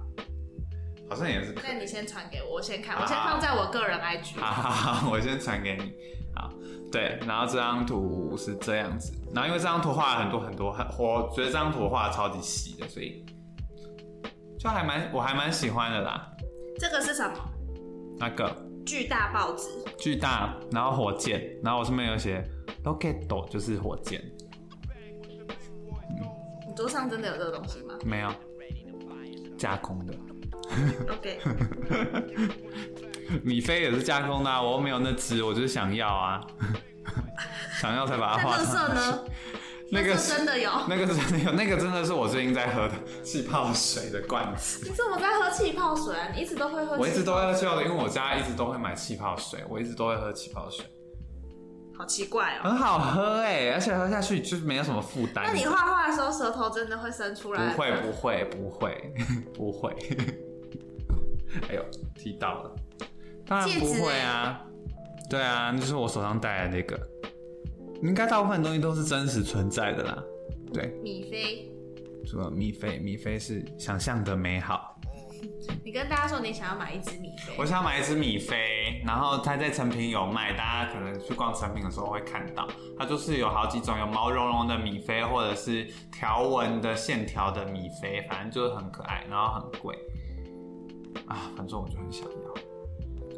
好像也是可以
那你先传给我，我先看，
好
我先放在我个人 IG。
好好好，我先传给你。好，对，然后这张图是这样子，然后因为这张图画了很多很多，很我觉得这张图画的超级细的，所以就还蛮我还蛮喜欢的啦。
这个是什么？
那个
巨大报纸。
巨大，然后火箭，然后我上面有写 rocket 就是火箭，
你桌上真的有这个东西吗？
没有架空的，
OK，
米菲也是架空的、啊，我又没有那只，我就是想要啊， 想要才把它
那
画
乐色
上去。
呢？
那个
乐色真的有？
那个真的有，那个真的是我最近在喝的气泡水的罐子。
你怎么在喝气泡水啊？你一直都会喝气泡水？
我一直都在喝气泡水，因为我家一直都会买气泡水，我一直都会喝气泡水，
好奇怪哦。
很好喝哎、而且喝下去就是没有什么负担。
那你画画的时候舌头真的会伸出来？
不会不会不会 不会，哎呦，踢到了，当然
戒
不
指
会啊，对啊，那就是我手上戴的那个，应该大部分东西都是真实存在的啦，对，
米菲，
什么米菲，米菲是想象的美好，
你跟大家说你想要买一只米菲
我，想买一只米菲，然后它在成品有卖，大家可能去逛成品的时候会看到，它就是有好几种，有毛茸茸的米菲，或者是条纹的线条的米菲，反正就是很可爱，然后很贵啊，反正我就很想要。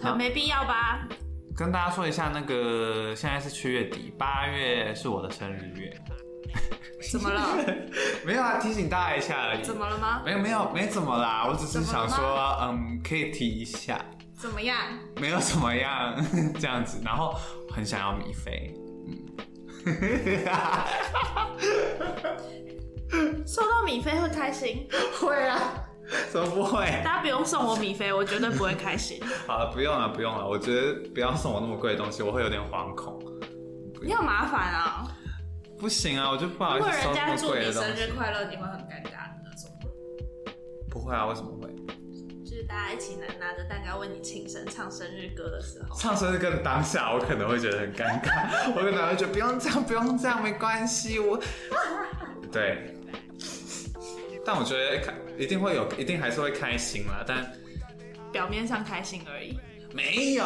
很没必要吧？
跟大家说一下，那个现在是七月底，八月是我的生日月，
怎么 了？
没有啊，提醒大家一下而已。
怎么了吗？
没有没有没怎么啦，我只是
怎么
想
了
说，嗯，可以提一下。
怎么样？
没有怎么样 这样子，然后很想要米菲，
收到米 菲会开心？
会啊，怎么不会？
大家不用送我米菲，我绝对不会开 心。
好了，不用了，不用了，我觉得不要送我那么贵的东西，我会有点惶恐。
你好麻烦啊！
不行啊，我就不好
如
意
果
思收
人家
那么
祝
贵
你
的东
生日
西。
快乐，你会很尴尬的那种。
不会啊，为什么会？
就是大家一起拿拿着蛋糕为你庆生、唱生日歌的时候，
唱生日歌的当下，我可能会觉得很尴尬， 我可能会觉得不用这样，不用这样，没关系， 我，对。但我觉得开一定会有，一定还是会开心啦，但
表面上开心而已。
没有，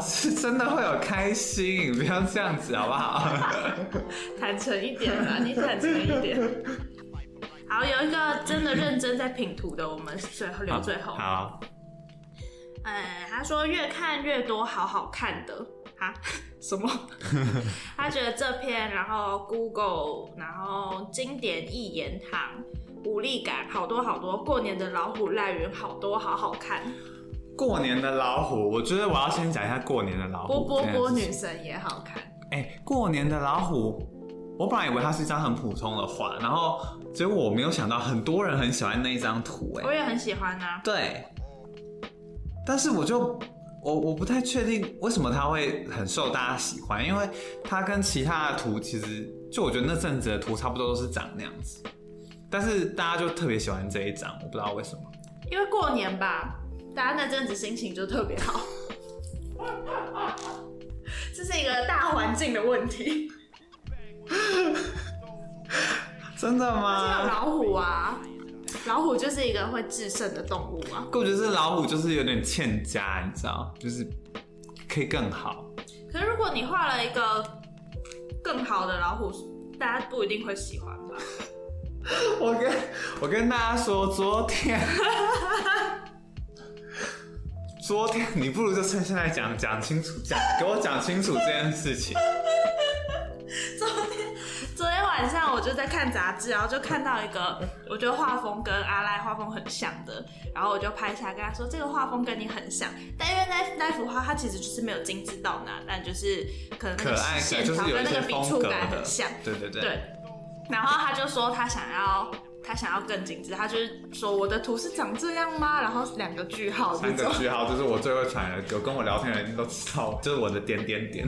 是真的会有开心，不要这样子好不好？
坦诚一点 啦，你坦诚一点。好，有一个真的认真在品图的，我们最后 留最后。
好，
哎，他说越看越多好好看的啊， 什么？他觉得这篇，然后 Google，然后经典一言堂，无力感，好多好多，过年的老虎赖云，好多好好看，
过年的老虎，我觉得我要先讲一下过年的老
波
虎。
波波
这件
女
事情，
神也好看，
哎、过年的老虎。我本来以为它是一张很普通的画，然后结果我没有想到很多人很喜欢那一张图、哎
我，也很喜欢啊。
对，但是我就我我不太确定为什么他会很受大家喜欢，因为他跟其他的图其实就我觉得那阵子的图差不多都是长那样子，但是大家就特别喜欢这一张，我不知道为什么。
因为过年吧，大家那阵子心情就特别好。 这是一个大环境的问题，
真的
这个
吗？
老虎啊，老虎就是一个会制胜的动物啊。
我觉得是老虎就是有点欠佳，你知道，就是可以更好。
可是如果你画了一个更好的老虎，大家不一定会喜欢吧？
我跟我跟大家说，昨天， 昨天你不如就趁现在讲讲清楚，讲给我讲清楚这件事情。
昨天晚上我就在看杂志，然后就看到一个，我觉得画风跟阿赖画风很像的，然后我就拍下来跟他说这个画风跟你很像，但因为那那幅画它其实就是没有精致到哪，但就是可能那
可
个
爱可爱
线
就
条
是有
跟
一
那
些
个笔
风
触
格
感
的
很像，，
对对对，
对，然后他就说他想要。他想要更精致，他就是说我的图是长这样吗？然后两个句号这
三个
种，
句号就是我最会传的，有跟我聊天的人都知道，就是我的点点点。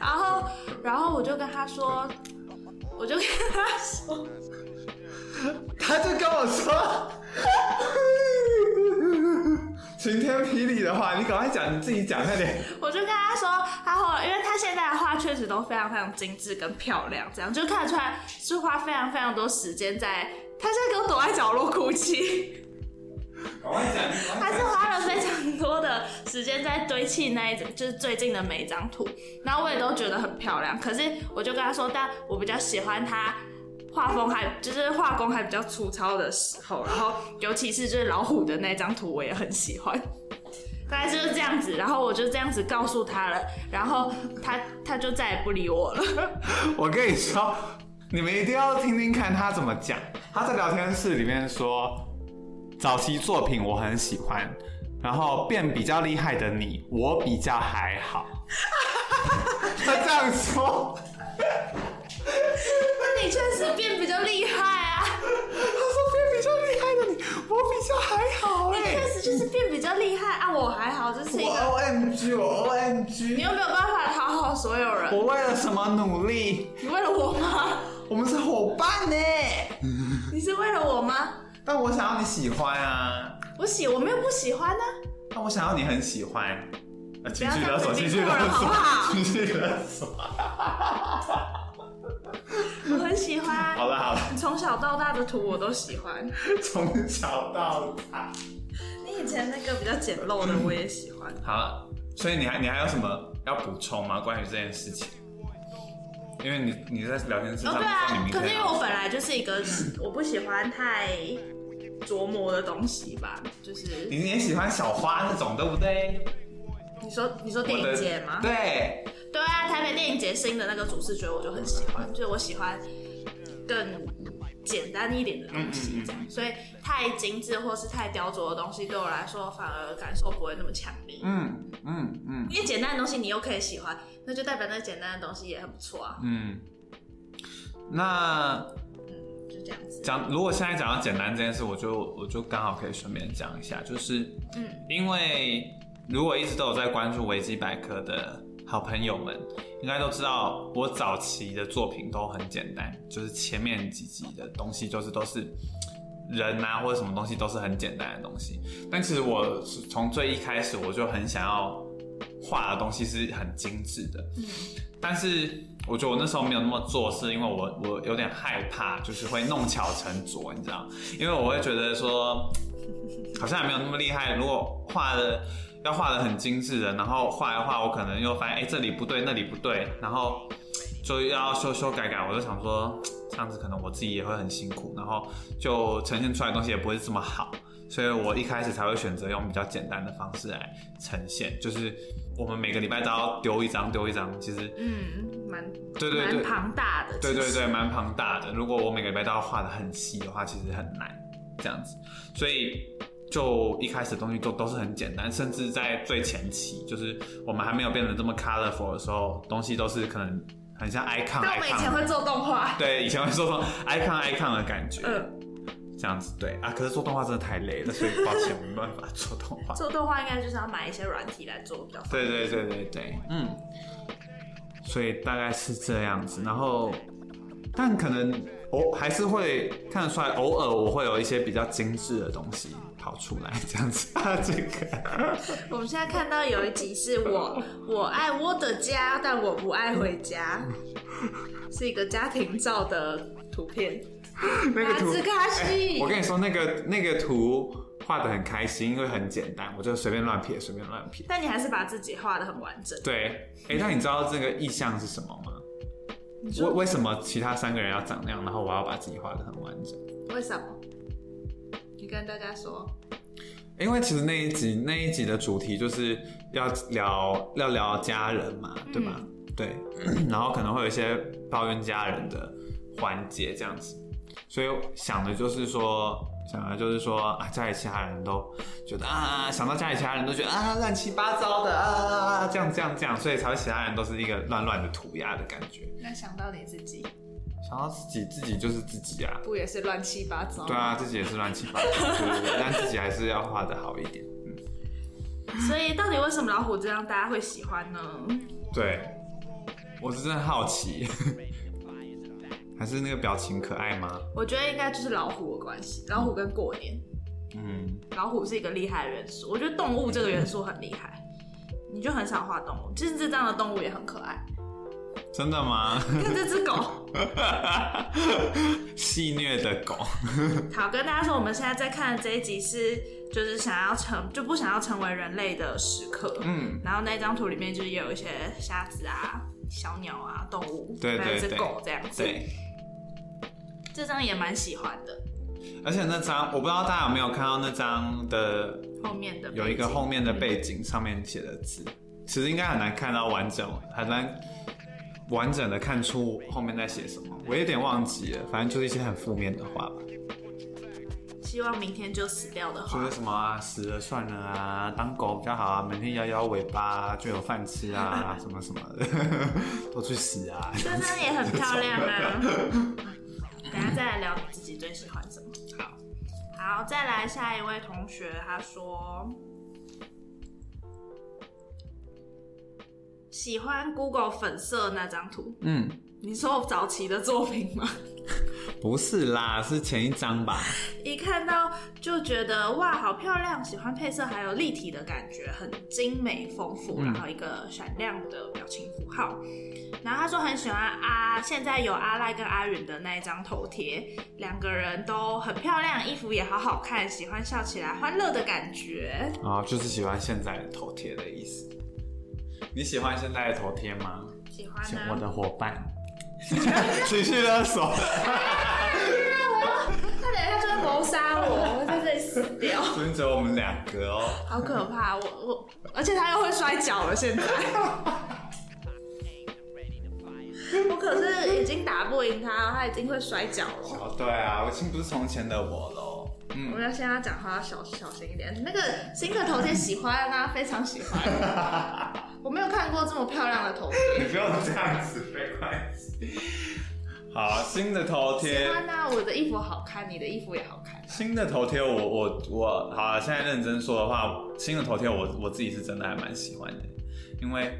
然后，然后我就跟他说，我就跟他说，
他就跟我说， 晴天霹雳的话，你赶快讲，你自己讲快点。
我就跟他说，他后来，因为他现在的画确实都非常非常精致跟漂亮，这样就看得出来是花非常非常多时间在。他现在给我躲在角落哭泣，
赶快讲，你赶快
他是
讲
花了非常多的时间在堆砌那一张，就是最近的每一张图，然后我也都觉得很漂亮。可是我就跟他说，但我比较喜欢他画风还就是画工还比较粗糙的时候，然后尤其是就是老虎的那张图，我也很喜欢。 大概就是这样子，然后我就这样子告诉他了，然后他他就再也不理我了。
我跟你说，你们一定要听听看他怎么讲。他在聊天室里面说：“早期作品我很喜欢，然后变比较厉害的你，我比较还好。他这样说，
那你确实变比较厉害啊，
他说变比较厉害的你，我比较还 好
你
哎、
确实就是变比较厉害啊。我还好，这是一
我
个
O M G，我 O M
你
G，
又没有办法讨好所有人，
我为了什么努力？
你为了我 吗？
我们是伙伴呢、
你是为了我吗？
但我想要你喜欢啊，
我喜我没有不喜欢呢、啊
但我想要你很喜欢。呃情
要
绪
这样
勒索，
子
情
逼
绪
迫人
勒
好不
索，
好
情绪勒索。
我很喜欢
好
啊，
了好了，
你从小到大的图我都喜欢。
从小啊到大。
你以前那个比较简陋的我也喜欢。
好了，所以你还你还有什么要补充吗？关于这件事情？因为你你在聊天室
哦，
上
对
说你
啊，
明
可
天
是因为
要
我本来就是一个我不喜欢太琢磨的东西吧，就是
你也喜欢小花那种，对不对？
你说你说电
我的
影节吗？
对，
对啊，台北电影节新的那个主视觉我就很喜欢，就是我喜欢更简单一点的东
嗯
西，这样，所以太精致或是太雕琢的东西对我来说反而感受不会那么强烈。
嗯嗯嗯
因为简单的东西你又可以喜欢，那就代表那简单的东西也很不错啊。
嗯。那
嗯，就这样子。
讲，如果现在讲到简单这件事，我就我就刚好可以顺便讲一下，就是，嗯，因为如果一直都有在关注维基百科的好朋友们，应该都知道我早期的作品都很简单，就是前面几集的东西就是都是人啊或者什么东西都是很简单的东西，但其实我是从最一开始我就很想要画的东西是很精致的，但是我觉得我那时候没有那么做，是因为我我有点害怕，就是会弄巧成拙，你知道？因为我会觉得说，好像也没有那么厉害。如果画的要画的很精致的，然后画一画，我可能又发现哎、这里不对，那里不对，然后就要修修改改。我就想说，这样子可能我自己也会很辛苦，然后就呈现出来的东西也不会这么好。所以我一开始才会选择用比较简单的方式来呈现，就是我们每个礼拜都要丢一张丢一张，其实
嗯，蛮
对对对
蛮庞大的。
对
其
对
实
对，蛮庞大的。如果我每个礼拜都要画的很细的话，其实很难这样子。所以就一开始东西都都是很简单，甚至在最前期，就是我们还没有变得这么 colorful 的时候，东西都是可能很像 icon
但我们以前
icon
会做动画，
对，以前会说说 icon icon 的感觉，
嗯，
这样子对啊。可是做动画真的太累了，所以抱歉，我没办法做动画。
做动画应该就是要买一些软体来做比较方便。
对对对对对，嗯，所以大概是这样子。然后，但可能我还是会看得出来，偶尔我会有一些比较精致的东西跑出来，这样 子。啊，这 个
我们现在看到有一集是 我我爱我的家，但我不爱回家，是一个家庭照的图片。
那个
马
图哎
兹，卡西，
我跟你说，那个那个图画的很开心，因为很简单，我就随便乱撇，随便乱撇。
但你还是把自己画的很完整。
对，哎、那你知道这个意象是什么吗？为为什么其他三个人要长那样，然后我要把自己画的很完整？
为什么？你跟大家说，
因为其实那一集那一集的主题就是要聊要聊家人嘛，对吧？对， 然后可能会有一些抱怨家人的环节这样子，所以想的就是说，想的就是说啊，家里其他人都觉得啊，想到家里其他人都觉得啊，乱七八糟的啊，这样这样这样，所以才会其他人都是一个乱乱的涂鸦的感觉。
那想到你自己，
想到自己，自己就是自己啊，
不也是乱七八糟？
对啊，自己也是乱七八糟，对对对但自己还是要画的好一点。
所以到底为什么老虎这样大家会喜欢呢？
对，我是真的好奇， 还是那个表情可爱吗？
我觉得应该就是老虎的关系，老虎跟过年，
嗯，
老虎是一个厉害的元素。我觉得动物这个元素很厉害，你就很少画动物，甚至这样的动物也很可爱。
真的吗？
看这只狗，
戏虐的狗，
好，跟大家说，我们现在在看的这一集是，就是想要成就不想要成为人类的时刻。
嗯，
然后那张图里面就是也有一些虾子啊、小鸟啊、动物，
对对
还有一只
对
狗这样子。
对。
这张也蛮喜欢的，
而且那张我不知道大家有没有看到那张的
后面的
有一个
背景
后面的背景上面写的字，其实应该很难看到完整，很难完整的看出后面在写什么。我有点忘记了，反正就是一些很负面的话吧。
希希望明天就死掉的
就
话
是，什么啊，死了算了啊，当狗比较好啊，每天摇摇尾巴、就有饭吃 啊，什么什么的，都去死啊！
珊珊也很漂亮啊。等一下再来聊你自己最喜欢什么。好，好，再来下一位同学，他说喜欢 Google 粉色那张图。
嗯，
你说我早期的作品吗？
不是啦，是前一张吧？
一看到就觉得哇，好漂亮！喜欢配色，还有立体的感觉，很精美丰富，
嗯
然后一个闪亮的表情符号。然后他说很喜欢阿，现在有阿赖跟阿允的那一张头贴，两个人都很漂亮，衣服也好好看，喜欢笑起来欢乐的感觉。
啊，就是喜欢现在的头贴的意思。你喜欢现在的头贴吗？
喜欢啊
请
呢
我？的伙伴，情绪勒索。
他等一下就会谋杀我，我会在这里死掉，
昨天只有我们两个哦。
好可怕！我我，而且他又会摔跤了，现在。我可是已经打不赢他，他已经会摔跤了。
哦，对啊，我已经不是从前的我喽。嗯
我，要现在讲话要小小心一点。那个新的头贴喜欢啊，非常喜欢。我没有看过这么漂亮的头贴，
你不用这样子，没关系。好，新的头
喜
贴，
欢啊！我的衣服好看，你的衣服也好看。
新的头贴，我我我，好啊，现在认真说的话，新的头贴我我自己是真的还蛮喜欢的，因为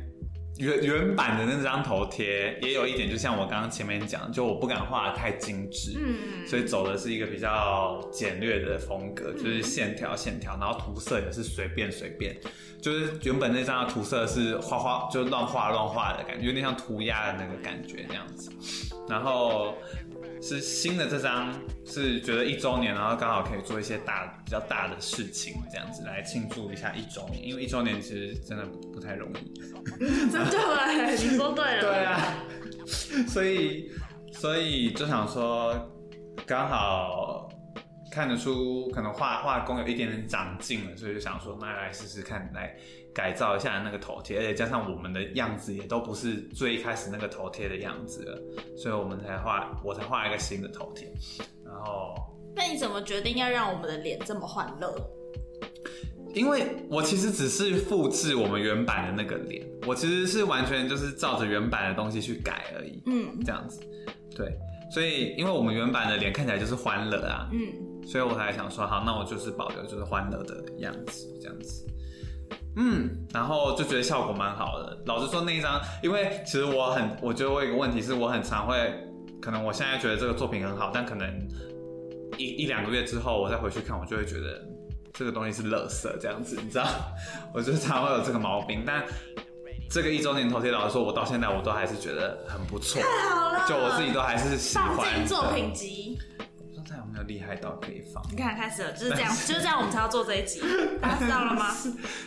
原原版的那张头贴也有一点，就像我刚刚前面讲，就我不敢画的太精致，
嗯，
所以走的是一个比较简略的风格，就是线条线条，然后涂色也是随便随便，就是原本那张的涂色是画画就乱画乱画的感觉，有点像涂鸦的那个感觉那样子。然后是新的这张是觉得一周年，然后刚好可以做一些大比较大的事情，这样子来庆祝一下一周年，因为一周年其实真的不不太容易。
真的，你说对了。
对啊，所以所以就想说，刚好看得出可能画画工有一点点长进了，所以就想说，那来试试看，来改造一下那个头贴，而且加上我们的样子也都不是最一开始那个头贴的样子了，所以我们才画，我才画一个新的头贴，然后。
那你怎么决定要让我们的脸这么欢乐？
因为我其实只是复制我们原版的那个脸，我其实是完全就是照着原版的东西去改而已。
嗯
这样子，对，所以因为我们原版的脸看起来就是欢乐啊，
嗯，
所以我才想说，好，那我就是保留就是欢乐的样子，这样子。嗯，然后就觉得效果蛮好的。老实说，那一张，因为其实我很，我觉得我有一个问题是我很常会，可能我现在觉得这个作品很好，但可能一一两个月之后，我再回去看，我就会觉得这个东西是垃圾这样子，你知道， 我就常会有这个毛病。但这个一周年头贴，老实说，我到现在我都还是觉得很不错，
好了，
就我自己都还是喜欢
放
的。
进作品集。
不知道他有没有厉害到可以放？
你看，开始了，就是这样，就是这样，我们才要做这一 集，大家知道了吗？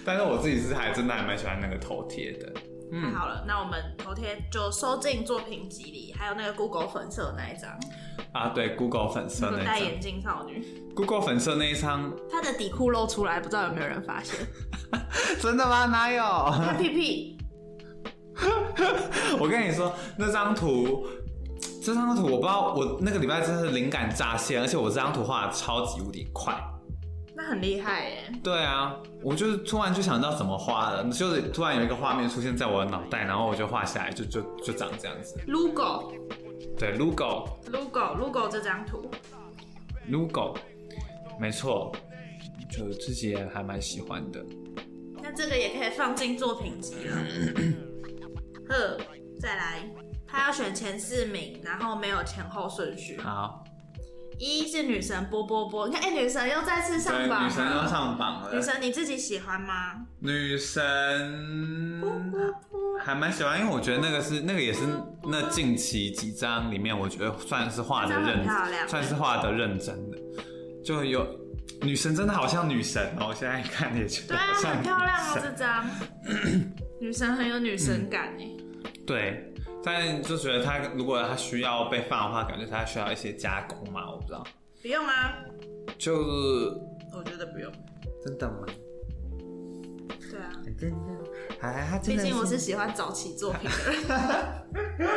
但是我自己是还真的还蛮喜欢那个头贴的。
太好了，那我们头贴就收进作品集里，还有那个 Google 粉色的那一张，
啊，对，Google 粉色
那
哦
个
那一
戴
张
眼镜少女，
，Google 粉色那一张，
她的底裤露出来，不知道有没有人发现？
真的吗？哪有？
她屁屁，
我跟你说那张图。这张图我不知道，我那个礼拜真的是灵感乍现，而且我这张图画的超级无敌快。
那很厉害耶！
对啊，我就是突然就想到怎么画的，就是突然有一个画面出现在我的脑袋，然后我就画下来，就就就长这样子。
logo
对，logo
logo logo 这张图，
logo，没错，就自己也还蛮喜欢的。
那这个也可以放进作品集了。呵，再来，他要选前四名，然后没有前后顺序。
好，
一是女神波波波，你看，哎、女神又再次上
对，
榜了，
女神要上榜了。
女神你自己喜欢吗？
女神
嗯
还蛮喜欢，因为我觉得那个是那个也是那近期几张里面，我觉得算是画的认
那张很漂亮
算是画的认真的，就有女神真的好像女神哦，我现在看也觉
对
得
啊
好，像
很漂亮哦，这
女神
张 女神很有女神感哎、
对，但就觉得她如果她需要被放的话，感觉她需要一些加工嘛，我不知道，
不用啊，
就是
我觉得不用。
真的吗？
对啊，
真的？
哎，她真
毕
的
竟我是喜欢早期作品的人。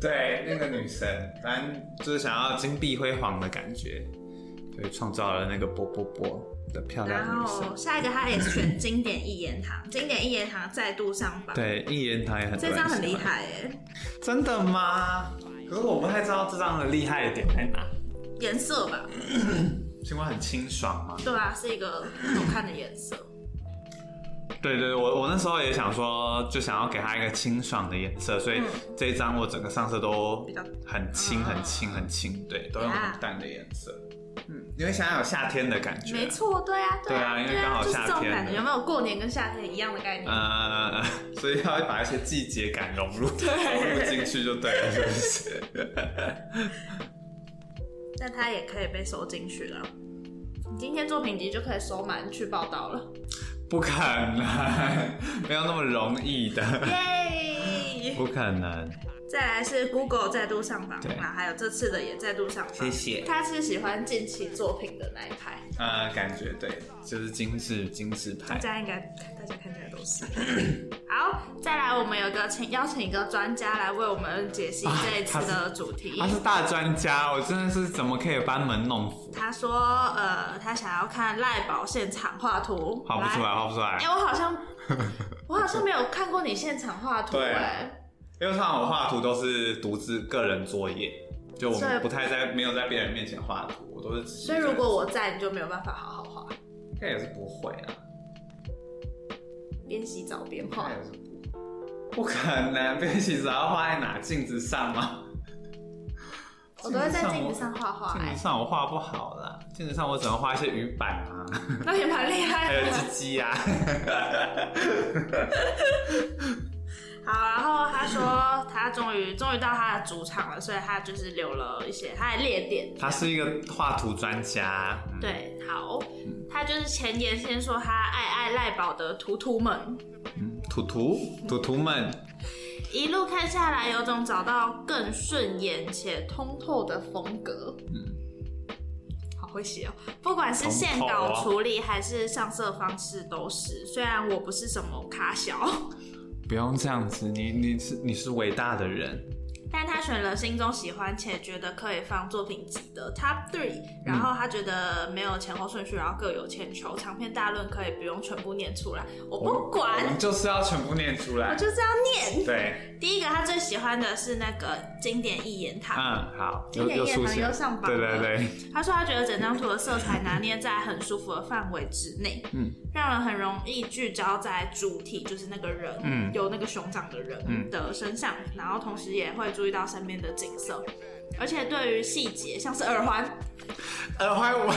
对那个女神，反正就是想要金碧辉煌的感觉，就
所以创造了那个波波波的漂亮
然
女神
后。下一个他也选经典一言 堂，经典一言堂再度上榜，
对，一言堂也很多
这
人
张很厉
喜欢，
害哎，
真的吗？可是我不太知道这张的厉害的点在哪。
颜色吧，
星光很清爽吗？
对啊，是一个很好看的颜色。
对对，对我我那时候也想说，就想要给它一个清爽的颜色，
嗯
所以这一张我整个上色都
比较
很轻、
啊
很轻、很轻，对，都用
呀
很淡的颜色。嗯，因为想要有夏天的感觉。
没。错，对啊，
对啊
啊，
因为
对
刚
啊，
好
就是这种
夏天
感觉，
了
有没有过年跟夏天一样的概念？
呃， 所以要把一些季节感融入融入进去就对了，是不是？
但它也可以被收进去了。你今天作品集就可以收满去报道了，
不可能， 没有那么容易 的，
耶！
不可能。
再来是 Google 再度上榜，
对
然后还有这次的也再度上榜。
谢谢
他是喜欢近期作品的那一派，
呃，感觉对，就是精致精致
大
派。
家应该大家看起来都是。 好，再来我们有个请邀请一个专家来为我们解析这一次的主题。
啊他是大专家，我真的是怎么可以把门弄服？
他说，呃，他想要看赖宝现场画图，
画不出来，画不出来
哎、。我好像， 我好像没有看过你现场画图、
对啊
哎，
因为通常我画图都是独自个人作业，就我
所以
们不太在没有在别人面前画图，我都是自己一
所
个
以
人。
如果我在，你就没有办法好好画，
应该也是不会啊，
边洗澡边
应
画
该。也是不不可能，变形只要画在哪镜子上吗？
我都会在镜子上画画、
镜
哎
子，上我画不好啦，镜子上我只能画一些鱼板 啊，
那也蛮厉害
还有
的。
鸡鸡啊。
好，然后他说他终于终于到他的主场了，所以他就是留了一些，他还列点。
他是一个画图专家，嗯，
对，好，他就是前言先说他爱爱赖宝的图图们，
嗯图图图图们，
一路看下来，有种找到更顺眼且通透的风格。
嗯
好会写哦！不管是线
通透
稿
哦
处理还是上色方式都是。虽然我不是什么卡小，
不用这样子，你你是你是伟大的人，
但他选了心中喜欢且觉得可以放作品集的 Top Three，然后他觉得没有前后顺序，然后各有千秋，长篇大论可以不用全部念出来，我不
我
管
们，就是要全部念出
我
来。
就是要念。
对，
第一个他最喜欢的是那个经典一言堂，
嗯，好，
今
又
天
又
夜
出
盘
现
又上，榜
对对
了
对，
他说他觉得整张图的色彩拿捏在很舒服的范围之内，
嗯，
让人很容易聚焦在主体，就是那个人，
嗯
有那个熊掌的人
嗯
的身上，然后同时也会注意到身边的景色。而且对于细节，像是耳环，
耳环我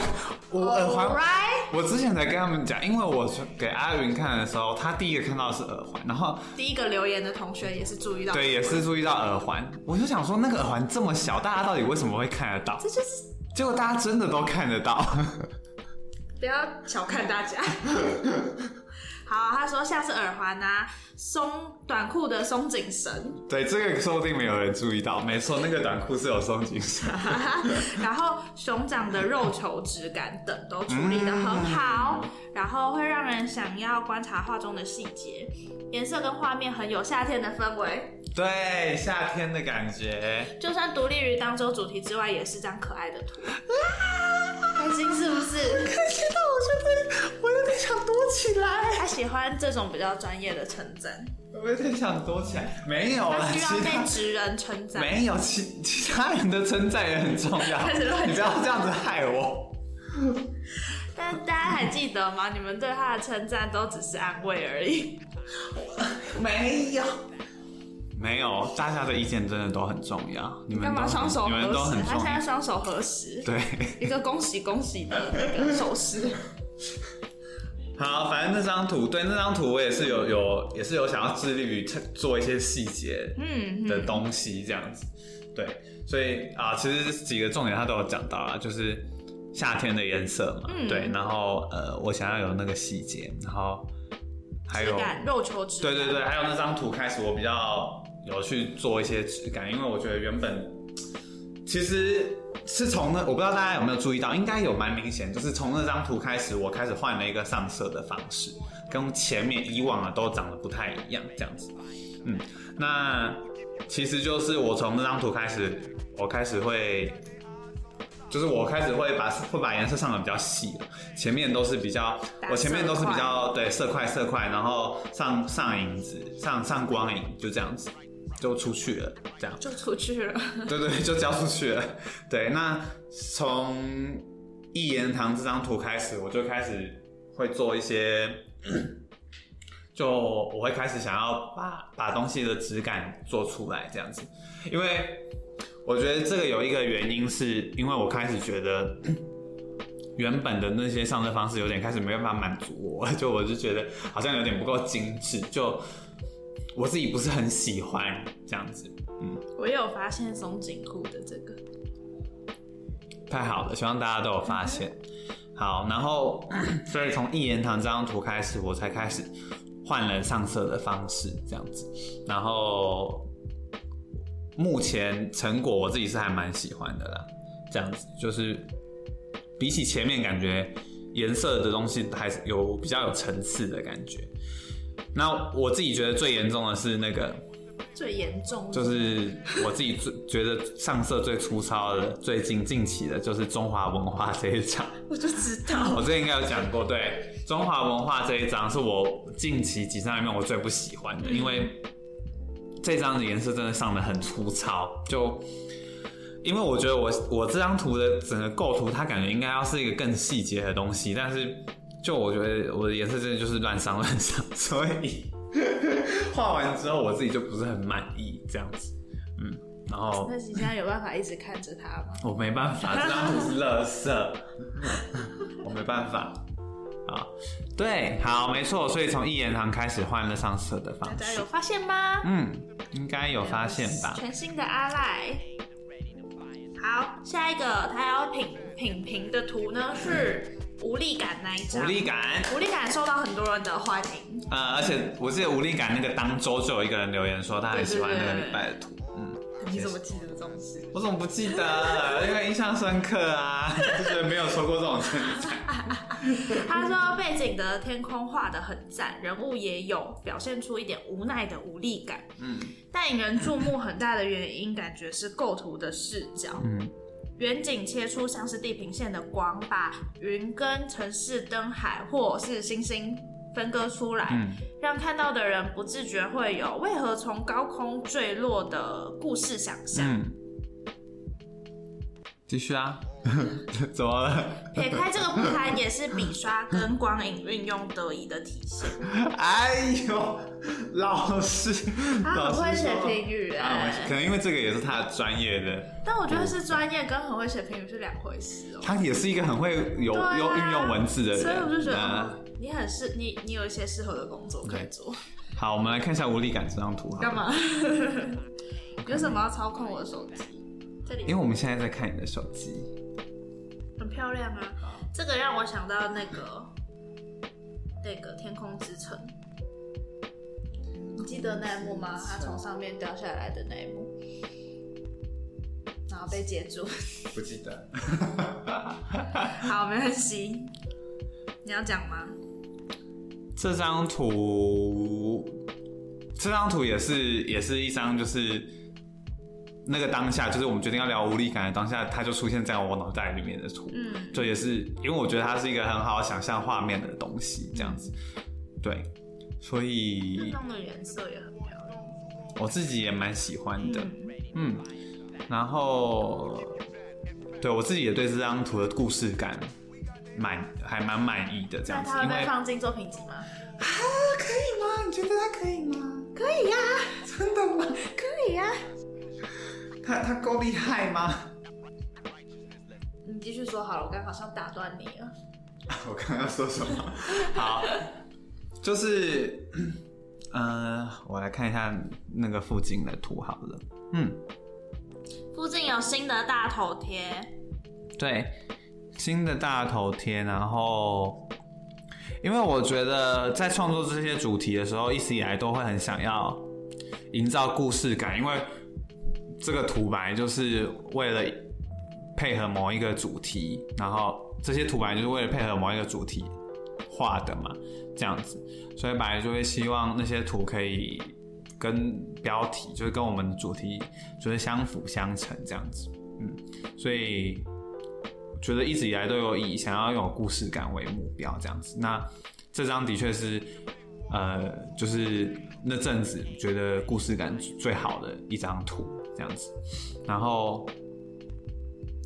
我耳环
Alright
我之前才跟他们讲，因为我给阿云看的时候，他第一个看到的是耳环，然后
第一个留言的同学也是注意到，
对也是注意到耳环，我就想说那个耳环这么小，大家到底为什么会看得到？
这就是
结果大家真的都看得到，
不要小看大家。好，他说像是耳环啊，松短裤的松紧绳，
对这个说不定没有人注意到，没错，那个短裤是有松紧绳，
然后熊掌的肉球质感等都处理得
嗯
很好，然后会让人想要观察画中的细节，颜色跟画面很有夏天的氛围。
对夏天的感觉，
就算独立于当周主题之外，也是张可爱的 图。开心是不是？
听到我觉得我有点想躲起来，
他喜欢这种比较专业的称赞，
我有点想躲起来，没有
他
啦，
需
其
要被
他
职人称赞。
没有其其他人的称赞也很重要，
开始乱讲
你不要这样子害我。
但大家还记得吗？你们对他的称赞都只是安慰而已。
没有，没有，大家的意见真的都很重要。你们
干嘛
都
双手
你
合
们都
十
很？
他现
重
在
要。
双手合十。
对，
一个恭喜恭喜的那 个手势。
好，反正那张图，对那张图我也是有有也是有想要致力于做一些细节
嗯，
的东西这样子，对，所以啊、其实几个重点他都有讲到啊，就是夏天的颜色嘛，
嗯
对，然后呃，我想要有那个细节，然后还有
质感肉球质
对
感。
对对，还有那张图开始我比较有去做一些质感，因为我觉得原本其实是从那，我不知道大家有没有注意到，应该有蛮明显，就是从那张图开始，我开始换了一个上色的方式，跟前面以往的都长得不太一样，这样子。嗯，那其实就是我从那张图开始，我开始会就是我开始会把会把颜色上的比较细了，前面都是比较
打
我前面都是比
色
较对色块色块，然后上上影子上上光影就这样子就出去了，这样
就出去了。
对对，就交出去了。对，那从一言堂这张图开始，我就开始会做一些，就我会开始想要把把东西的质感做出来这样子，因为我觉得这个有一个原因，是因为我开始觉得。原本的那些上色方式有点开始没办法满足我，就我就觉得好像有点不够精致，就我自己不是很喜欢这样子。
我也有发现松紧裤的这个，
太好了，希望大家都有发现。好，然后 所以从一言堂这张图开始，我才开始换了上色的方式，这样子。然后目前成果我自己是还蛮喜欢的啦，这样子就是比起前面感觉颜色的东西还是有比较有层次的感觉。那我自己觉得最严重的是那个
最严重的
就是我自己最觉得上色最粗糙的，最近近期的就是中华文化这一张。
我就知道
我之前应该有讲过，对中华文化这一张是我近期几张里面我最不喜欢的，因为这张的颜色真的上的很粗糙，就。因为我觉得我我这张图的整个构图，它感觉应该要是一个更细节的东西，但是就我觉得我的颜色真的就是乱上乱上，所以 画完之后我自己就不是很满意这样子，嗯，然后
那你现在有办法一直看着它吗？
我没办法，这张图是垃圾，嗯我没办法。啊，对，好，没错，所以从一言堂开始换了上色的方
大家
式
有，发现吗？
嗯，应该有发现吧？
全新的阿赖。好，下一个他要品品评的图呢是无力感那一
无
张，
力感，
无力感受到很多人的欢迎，
呃，而且我记得无力感那个当周就有一个人留言说他很喜欢那个礼拜的图，嗯，
你怎么记得这种 事？
我怎么不记得？因为印象深刻啊， 就觉得没有收过这种称赞。
他说背景的天空画的很赞，人物也有表现出一点无奈的无力感，
嗯
但引人注目很大的原因感觉是构图的视角。
嗯，
远景切出像是地平线的光，把云跟城市灯海或是星星分割出来，
嗯
让看到的人不自觉会有为何从高空坠落的故事想象。
嗯，继续啊， 怎么了？
撇开这个不谈，也是笔刷跟光影运用得宜的体现。
哎呦，老师，
他
老
很
师
会写
说
评语
他很
哎、
会写可能因为这个也是他的专业的，
但我觉得是专业跟很会写评语是两回事哦、
他也是一个很会有
对啊
用运用文字的人。嗯啊
所以我就觉得、
那
哦你很适，你你有一些适合的工作可以做。
好，我们来看一下无力感这张图好了
干？嘛？ 有什么要操控我的手机？这里
因为我们现在在看你的手机，
很漂亮啊！这个让我想到那个那个天空之城，你记得那一幕吗？他从上面掉下来的那一幕，然后被截 住。
不记得。
好，没关系。你要讲吗？
这张图，这张图也是也是一张，就是那个当下，就是我们决定要聊无力感的当下，它就出现在我脑袋里面的图。
嗯，
就也是因为我觉得它是一个很好想象画面的东西，这样子，对，所
那
以
张的颜色也很漂亮。
我自己也蛮喜欢的，嗯，然后对我自己也对这张图的故事感满还蛮满意的
那
这样子，
它会
因
被
为
放进作品集吗？
你觉得它可以吗？
可以呀、
真的吗？
可以呀、
它它够厉害吗？
你继续说好了，我刚刚好像打断你了。
我刚刚要说什么？ 好，就是，嗯呃，我来看一下那个附近的图好了，嗯。
附近有新的大头贴，
对，新的大头贴，然后。因为我觉得在创作这些主题的时候，一直以来都会很想要营造故事感，因为这个图本来就是为了配合某一个主题，然后这些图本来就是为了配合某一个主题画的嘛，这样子，所以本来就会希望那些图可以跟标题，就是跟我们的主题就是相辅相成这样子。所以觉得一直以来都有以想要有故事感为目标这样子。那这张的确是，呃，就是那阵子觉得故事感最好的一张图这样子。然后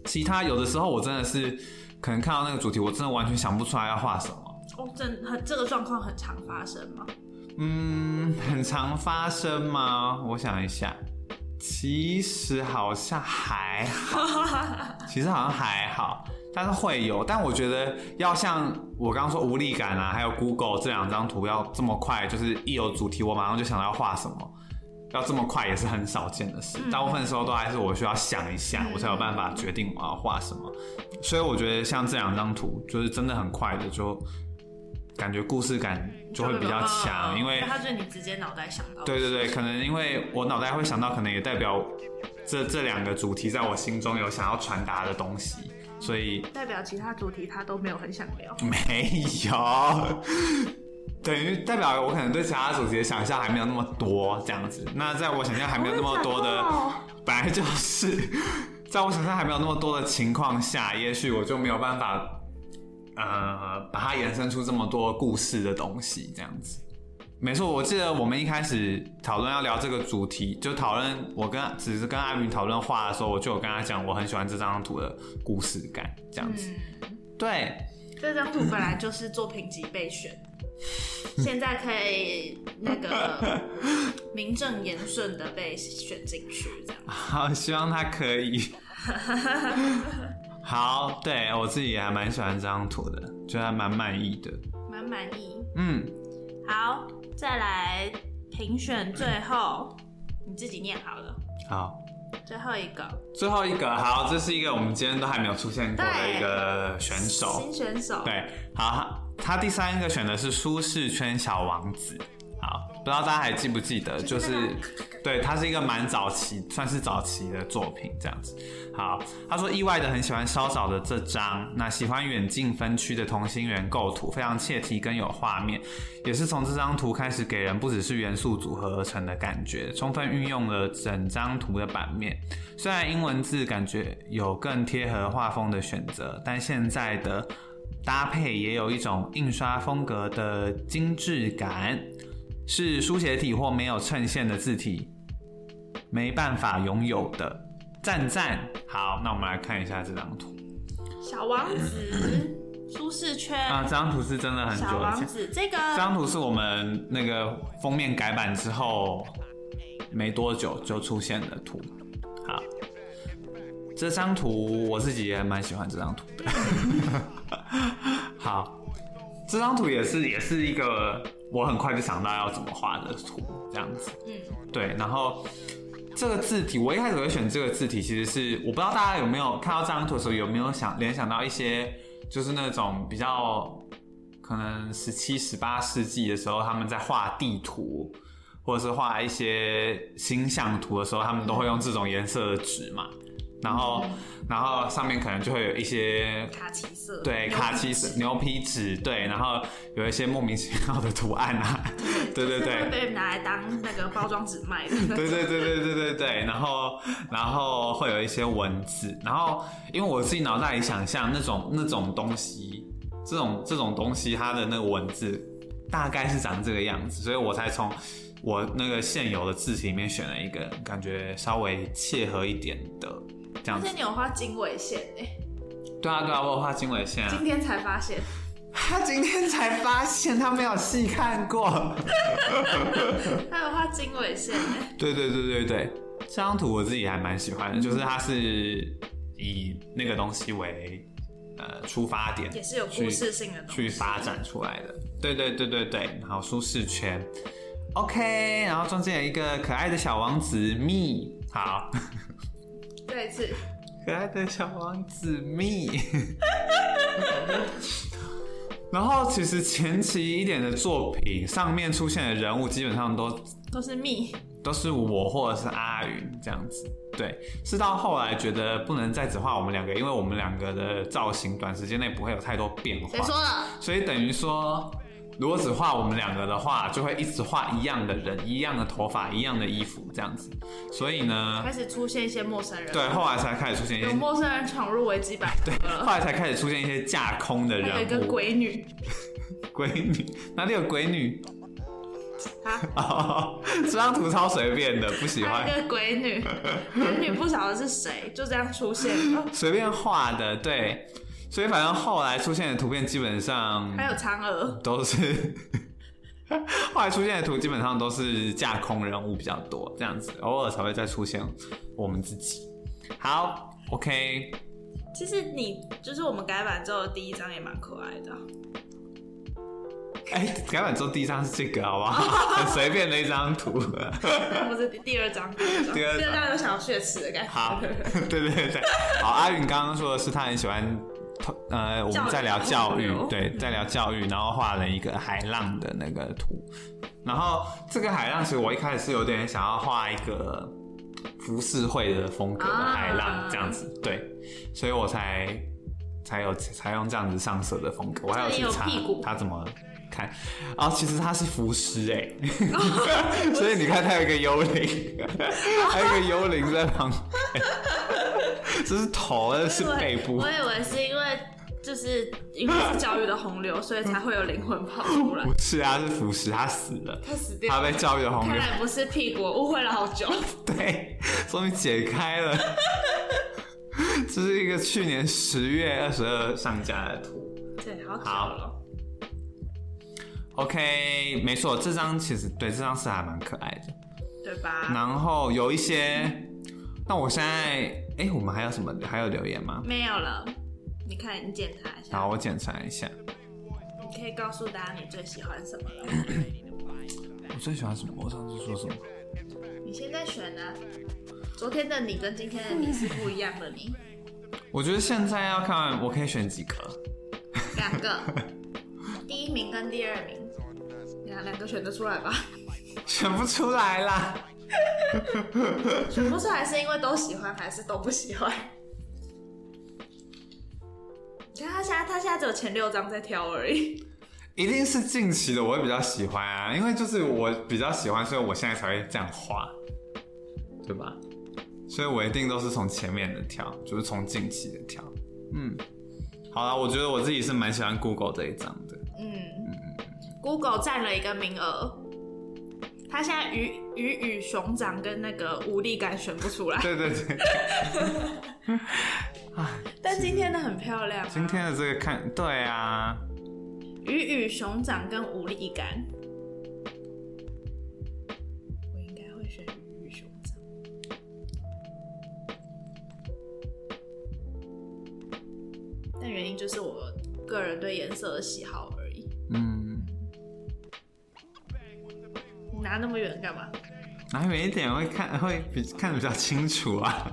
其他有的时候我真的是可能看到那个主题，我真的完全想不出来要画什么。
哦，真很这个状况很常发生吗？
嗯，很常发生吗？我想一下，其实好像还好，其实好像还好，但是会有。但我觉得要像我刚刚说无力感啊，还有 Google 这两张图要这么快，就是一有主题我马上就想到要画什么，要这么快也是很少见的事。大部分时候都还是我需要想一下，我才有办法决定我要画什么。所以我觉得像这两张图，就是真的很快的就。感觉故事感就会比较强，因为
它哦就是你直接脑袋想到的。
对对对，可能因为我脑袋会想到，可能也代表这这两个主题在我心中有想要传达的东西，所以
代表其他主题他都没有很想聊。
没有， 等于代表我可能对其他主题的想象还没有那么多这样子。那在我想象还没有那么多的，
哦
本来就是 在我想象还没有那么多的情况下，也许我就没有办法。呃，把它延伸出这么多故事的东西，这样子。没错，我记得我们一开始讨论要聊这个主题，就讨论我跟只是跟阿云讨论画的时候，我就有跟他讲，我很喜欢这张图的故事感，这样
嗯
子。对，
这张图本来就是作品集备选，现在可以那个名正言顺的被选进去，这样。
好，希望他可以。好，对我自己也还蛮喜欢这张图的，觉得还蛮满意的。
蛮满意。
嗯，
好，再来评选最后，你自己念好了。
好，
最后一个
最后一个，好，这是一个我们今天都还没有出现过的一个选手
新。选手，
对，好，他他第三个选的是舒适圈小王子。好，不知道大家还记不记得，就是对，它是一个蛮早期，算是早期的作品这样子。好，他说意外的很喜欢稍早的这张，那喜欢远近分区的同心圆构图，非常切题跟有画面，也是从这张图开始给人不只是元素组合而成的感觉，充分运用了整张图的版面。虽然英文字感觉有更贴合画风的选择，但现在的搭配也有一种印刷风格的精致感。是书写体或没有衬线的字体没办法拥有的。赞赞，好，那我们来看一下这张图
小王子， 舒适圈，
啊，这张图是真的很
小
久以
王
前，
子这个
这张图是我们那个封面改版之后没多久就出现的图。好，这张图我自己也蛮喜欢这张图的。 好，这张图也是也是一个我很快就想到要怎么画的图，这样子。
嗯
对，然后这个字体，我一开始会选这个字体，其实是我不知道大家有没有看到这张图的时候，有没有想联想到一些就是那种比较可能十七、十八世纪的时候，他们在画地图或者是画一些星象图的时候，他们都会用这种颜色的纸嘛，然后然后上面可能就会有一些
卡其色，
对，
牛
卡
皮
其
纸
色牛皮纸，对，然后有一些莫名其妙的图案啊，对对
这会
对，
被拿来当那个包装纸卖的。
对对对对对对对，然后然后会有一些文字，然后因为我自己脑袋里想象那种那种东西，这种这种东西它的那个文字大概是长这个样子，所以我才从我那个现有的字体里面选了一个感觉稍微切合一点的这
而
样
且
子。
你有画经纬线诶，
对啊对啊，我有画经纬线啊
今。天才发现，
他今天才发现他没有细看过。
他有画经纬线欸诶，
对对对对对，这张图我自己还蛮喜
嗯
欢的，就是它是以那个东西为呃出发点，
也是有故事性的东西
去发展出来的。对对对对对，然后舒适圈，OK，然后中间有一个可爱的小王子蜜，好，
再一次，
可爱的小王子蜜。 然后其实前期一点的作品上面出现的人物基本上都
都是蜜，
都是我或者是阿云这样子。对，是到后来觉得不能再只画我们两个，因为我们两个的造型短时间内不会有太多变
谁
化，
说了？
所以等于说如果只画我们两个的话，就会一直画一样的人、一样的头发、一样的衣服这样子。所以呢，
开始出现一些陌生人，
对，后啊来才开始出现一
有
些，
陌生人闯入维基百科了，
后来才开始出现一些架空的人啊
还有一个
物。
鬼女，
鬼女哪里有鬼女？
啊，
哦， 这张图超随便的，不喜欢
还有一个鬼 女，鬼女不晓得是谁，就这样出现哦了，
随便画的，对。所以反正后来出现的图片基本上
还有嫦娥，
都是后来出现的图基本上都是架空人物比较多，这样子偶尔才会再出现我们自己。好，OK，
其实你就是我们改版之后的第一张也蛮可爱的啊，
哎、改版之后第一张是这个，好 不好？很随便的一张图。
啊不是第第二张，第
第二张
张有想要血池的感觉。
好，对对对对，好，阿云刚刚说的是他很喜欢，呃，我们在聊教育
教育，
对，在聊教育，然后画了一个海浪的那个图，然后这个海浪其实我一开始是有点想要画一个浮世绘的风格的海浪
啊
这样子，对，所以我才才有采用这样子上色的风格，我还
这里
去
有
查
屁股
他怎么。看，哦，其实他是浮尸 哎， 所以你看他有一个幽灵，还有一个幽灵在旁边这是头，那是背部
我。以为是因为就是因为是教育的洪流，所以才会有灵魂跑出 来。
不是啊，是腐蚀，他死了，
他死掉
他
了，
被教育的洪
看
流，
来不是屁股，误会了好久。
对，终于解开了。 这是一个去年十月二十二上架的图。
对，好久
好
了。
OK，没错，这张其实对这张是还蛮可爱的。
对吧？
然后有一些，那我现在，哎、我们还有什么？还有留言吗？
没有了，你看你检查一下，
好，我检查一下。
你可以告诉大家你最喜欢什么了。
我最喜欢什么？我上次说什么？
你现在选呢、昨天的你跟今天的你是不一样的你，
我觉得现在要看，我可以选几个。
两 个，第一名跟第二名，两两个选得出来吧？
选不出来啦。
选不出来是因为都喜欢还是都不喜欢？ 你看他现在，他现在只有前六张在挑而已。
一定是近期的，我会比较喜欢啊，因为就是我比较喜欢，所以我现在才会这样画，对吧？所以我一定都是从前面的挑，就是从近期的挑。嗯，好了，我觉得我自己是蛮喜欢 Google 这一张的。
嗯，Google 占了一个名额，他现在鱼鱼与熊掌跟那个无力感选不出来，
对对对，
但今天的很漂亮、啊。
今天的这个看，对啊，
鱼与熊掌跟无力感，我应该会选鱼与熊掌。但原因就是我个人对颜色的喜好而已。
嗯，
你拿那么远干嘛？
拿远一点会看会比看得比较清楚啊。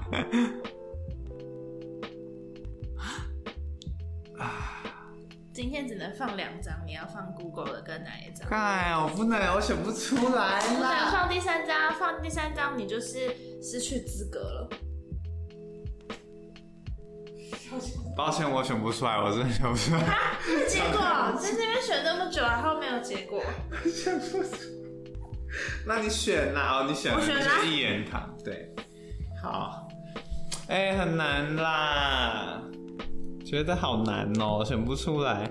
今天只能放两张，你要放 Google 的跟哪一张？
哎，我不能，我选不出来
不能
啦。
放第三张，放第三张你就是失去资格了。
抱歉，我选不出来，我真的选不出来。
那结果在这边选那么久，然后没有结果。
那你选啦，哦，你选
我选啦
一言堂，对，好，哎、很难啦，觉得好难哦、选不出来。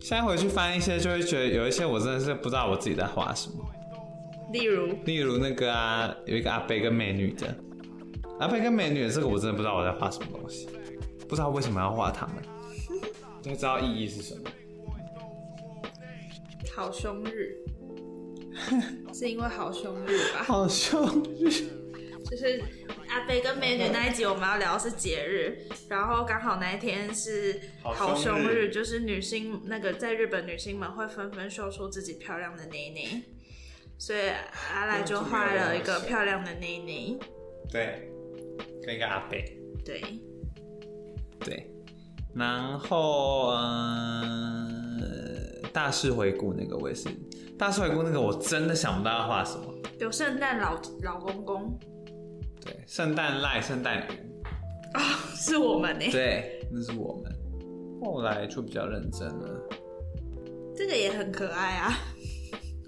现在回去翻一些，就会觉得有一些我真的是不知道我自己在画什么。
例如，
例如那个啊，有一个阿贝跟美女的，阿贝跟美女的这个我真的不知道我在画什么东西，不知道为什么要 画他们，不知道意义是什么。
好凶日， 是因为好凶日吧？
好凶！
就是阿贝跟美女那一集，我们要聊的是节日，然后刚好那一天是好
好
凶
凶日
日，就是女星那个在日本女星们会纷纷秀出自己漂亮的内内，所以阿赖就画了一个漂亮的内内，
对，跟一个阿贝。
对，
对，然后嗯、呃，大事回顾那个我也是，大事回顾那个我真的想不到要画什么。
有圣诞老老公公，
对，圣诞赖，圣诞云，
是我们呢、欸
对，那是我们。后来就比较认真了。
这这个也很可爱啊。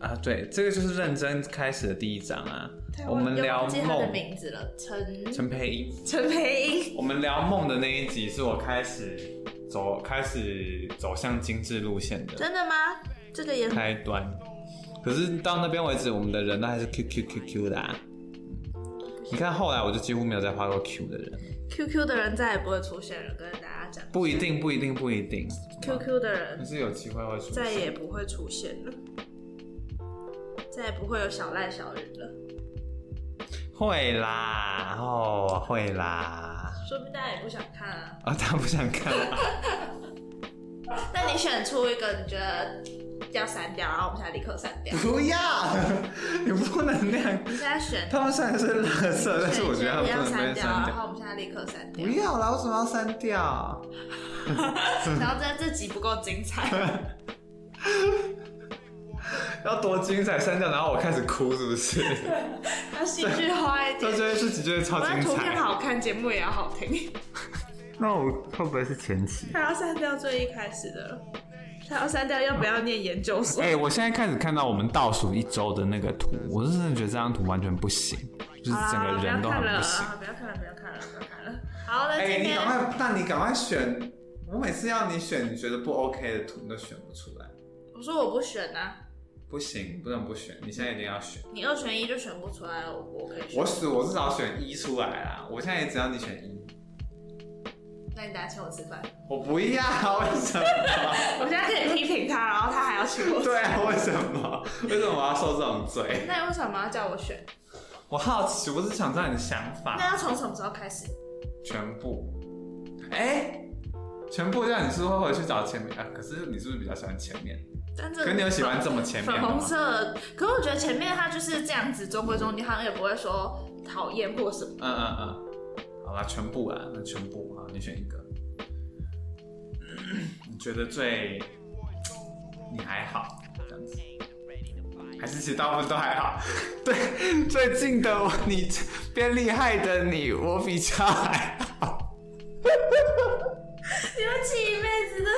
啊，对，这个就是认真开始的第一章啊。我们
又
聊
忘记他的
梦，
名字了，陈
陈佩英。
陈培英。
我们聊梦的那一集是我开始走，开始走向精致路线的
真的吗？这个也很
开端。可是到那边为止，我们的人都还是 Q Q Q Q 的、啊。你看后来我就几乎没有再画过 Q 的人了，
QQ 的人再也不会出现了，跟大家讲
不一定，不一定，不一定。
，QQ 的
可
人
是有机会会出现。
再也不会出现了，再也不会有小赖小雨了，
会啦，哦，会啦。
说不定大家也不想看啊。
啊、他不想 看了、
那你选出一个你觉得要删掉，然后我们现在立刻删掉。
不要，你不能那样。
你现在选，
他们虽然是垃圾， 但是我觉得
选一些
他们
要
不能
删
被
掉，
删
然
掉。
后我们现在立刻删 掉
不。要啦，为什么要删掉？
然后这这集不够精彩，
要多精彩删掉，然后我开始哭，是不是？
要戏剧化一
这
点。
件事情就会超
我
精
的图片
彩。
好看，节目也要好听。
那我会不会是前期？
他要删掉最一开始的，他要删掉要不要念研究所？
哎、我现在开始看到我们倒数一周的那个图，我是真的觉得这张图完全不行，就是整个人都很不行。
好啦不要看了，不要看了，不要看了。好，那
哎、
今
你
天
赶快，那你赶快选。我每次要你选你觉得不 OK 的图，你都选不出来。
我说我不选啊，
不行，不能不选，你现在一定要选。
你二选一就选不出来了，我我可以选。
我死，我至少选一出来啦。我现在也只要你选一，
那你等下请我吃饭。
我不要，为什么？
我现在可以批评他，然后他还要请我。
对啊，为什么？为什么我要受这种罪？
那你为什么要叫我选？
我好奇，我是想知道你的想
那
法。
要从什么时候开始？
全部，哎、全部让你是不是会回去找前面啊？可是你是不是比较喜欢前面？
但这
可你有啊喜欢这么前面
粉
的
红
吗？
色，可是我觉得前面他就是这样子中规中矩，好像也不会说讨厌或什么。
嗯嗯嗯，好啦，全部啦，那全部啊，你选一个。 你觉得最你还好这样子，还是其实大部分都还好？ 对，最近的我，你变厉害的你，我比较还好。
你们气一辈子都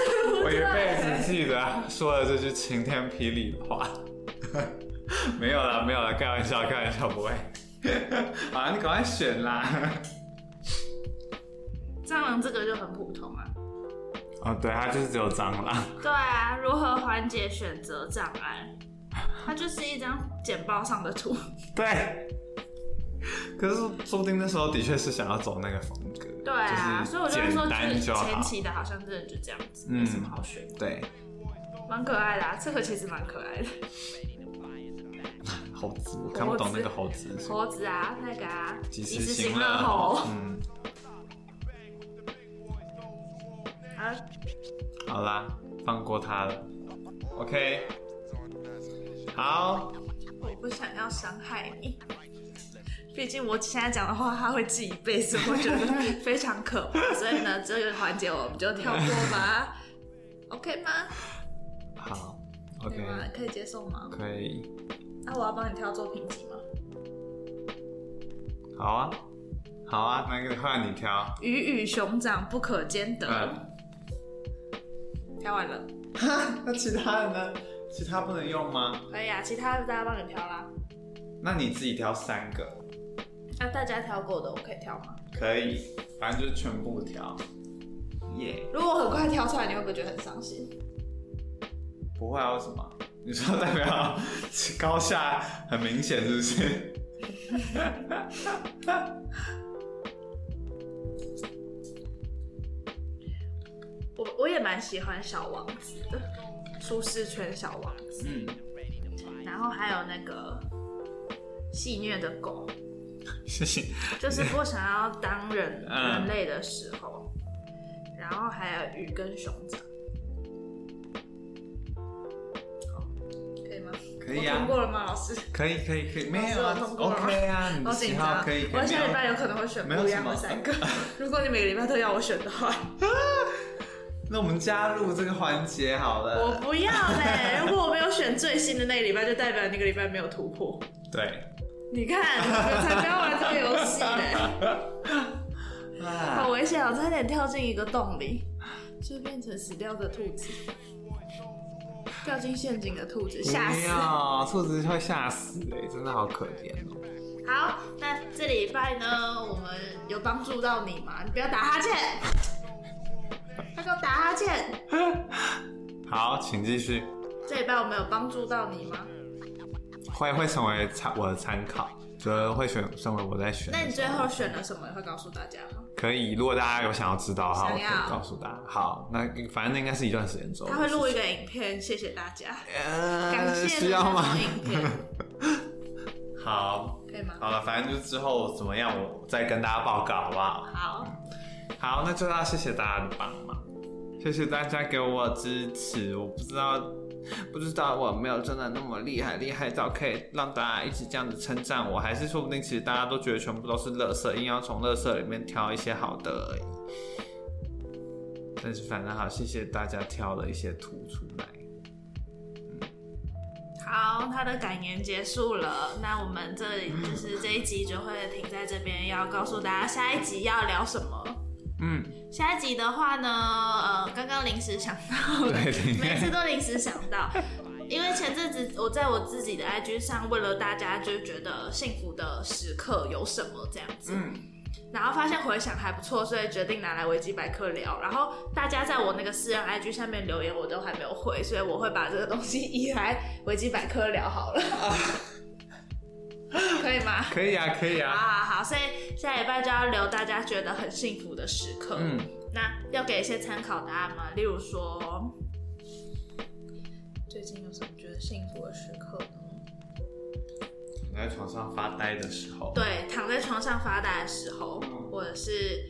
我一辈
子。
子记得说了这句晴天霹雳的话。 没有了，没有了，开玩笑，开玩笑，不会。 好啦，你赶快选啦。
蟑螂这个就很普通啊。
哦，对，它就是只有蟑螂。
对啊，如何缓解选择障碍？它就是一张简报上的图，
对。可是说不定那时候的确是想要走那个风格，
对啊，
就是
所以我就会说，就是
简单就
前
好。
期的好像真的就这样子，
嗯
没什么好选，
对，
蛮可爱的、啊，这个其实蛮可爱的，
猴子，我看不懂那个猴子。
猴子啊，那个啊，
及
及
时
时
行
行乐猴，
嗯，
啊，
好啦，放过他了。OK，好，
我不想要伤害你。毕竟我现在讲的话，他会记一辈子，我觉得非常可怕。所以呢，这个环节我们就跳过 吧，OK 吗？
好
对
，OK，
吗？可以接受吗？
可以，
那我要帮你挑作品集吗？
好啊，好啊，那个换你挑。
鱼与熊掌不可兼得。
嗯，
挑完了，
那其他的呢？其他不能用吗？
可以啊，其他的大家帮你挑啦。
那你自己挑三个，
那、啊大家挑过的，我可以挑吗？
可以，反正就是全部挑。耶、
如果我很快挑出来，你会不会觉得很伤心？
不会啊，为什么？你说代表高下很明显，是不是？
我我也蛮喜欢小王子的，舒适圈小王子，
嗯，
然后还有那个戏虐的狗，
谢谢。
就是不想要当人
嗯
人类的时候，然后还有鱼跟熊掌。
啊
好，哦可以吗？
可以啊
我通过了吗，老师？
可以，可以，可以，没有
我
啊
通过了吗
，OK 啊，你的
好
喜
紧
好
张，
可以，
我
可以。
下礼拜有呃可能会选不一样的三 个。如果你每个礼拜都要我选的话，
那我们加入这个环节好
我
了。
不要嘞。如果我没有选最新的那个礼拜，就代表那个礼拜没有突破。
对，
你看，我才刚玩这个游戏 嘞，好
啊，
危险哦！我差点跳进一个洞里，就变成死掉的兔子。掉进陷阱的兔子，吓
没
死！
有，哎兔子会吓死哎、真的好可怜哦。
好，那这礼拜呢，我们有帮助到你吗？你不要打哈欠， 他给我打哈欠。
好，请继续，
这礼拜我们有帮助到你吗？
会会成为参我的参考，觉得会选成为我在选
那
的时候。
你最后选了什么？会告诉大家吗？
可以，如果大家有想要知道的话，我可
想要
以告诉大家。好，那反正那应该是一段时间之后。
他会录一个影片，谢谢大家，感
呃，
谢
需
大家
要吗？
的影片，
好，
可以吗？
好了，反正就是之后怎么样，我再跟大家报告，好不好？
好，
好，那就要谢谢大家的帮忙，谢谢大家给我支持。我不知道，不知道我有没有真的那么厉害，厉害到可以让大家一直这样子称赞我，还是说不定其实大家都觉得全部都是垃圾，硬要从垃圾里面挑一些好的而已。但是反正好，谢谢大家挑了一些图出来。
好，他的感言结束了，那我们这里就是这一集就会停在这边，要告诉大家下一集要聊什么。
嗯，
下一集的话呢，呃，刚刚临时想到的，
对临时
每次都临时想到，因为前阵子我在我自己的 IG 上问了大家，就觉得幸福的时刻有什么这样子，
嗯
然后发现回想还不错，所以决定拿来维基百科聊。然后大家在我那个私人 IG 下面留言，我都还没有回，所以我会把这个东西移来维基百科聊好了，可以吗？
可以啊，可以
好
啊。
好好，所以下礼拜就要留大家觉得很幸福的时刻。
嗯，
那要给一些参考答案吗？例如说，最近有什么觉得幸福的时刻呢？
你在床上发呆的时候，
对，躺在床上发呆的时候，
嗯
或者是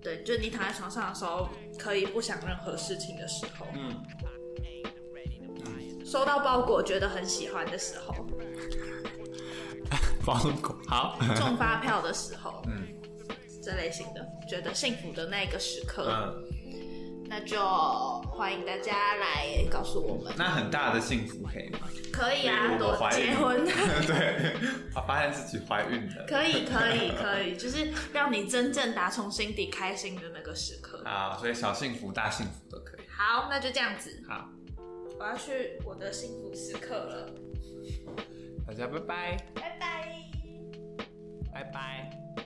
对，就你躺在床上的时候，可以不想任何事情的时候，
嗯。
收到包裹觉得很喜欢的时候，
嗯包裹好，
中发票的时候，
嗯
这类型的，觉得幸福的那个时刻。
嗯，
那就欢迎大家来告诉我们，
那很大的幸福可以吗？
可以啊，
例如我
多
怀孕
结婚，
对，我发现自己怀孕了。
可以，可以，可以，就是让你真正打从心底开心的那个时刻。
啊，所以小幸福、大幸福都可以。
好，那就这样子，
好，
我要去我的幸福时刻了，
大家拜拜，
拜拜。
拜拜。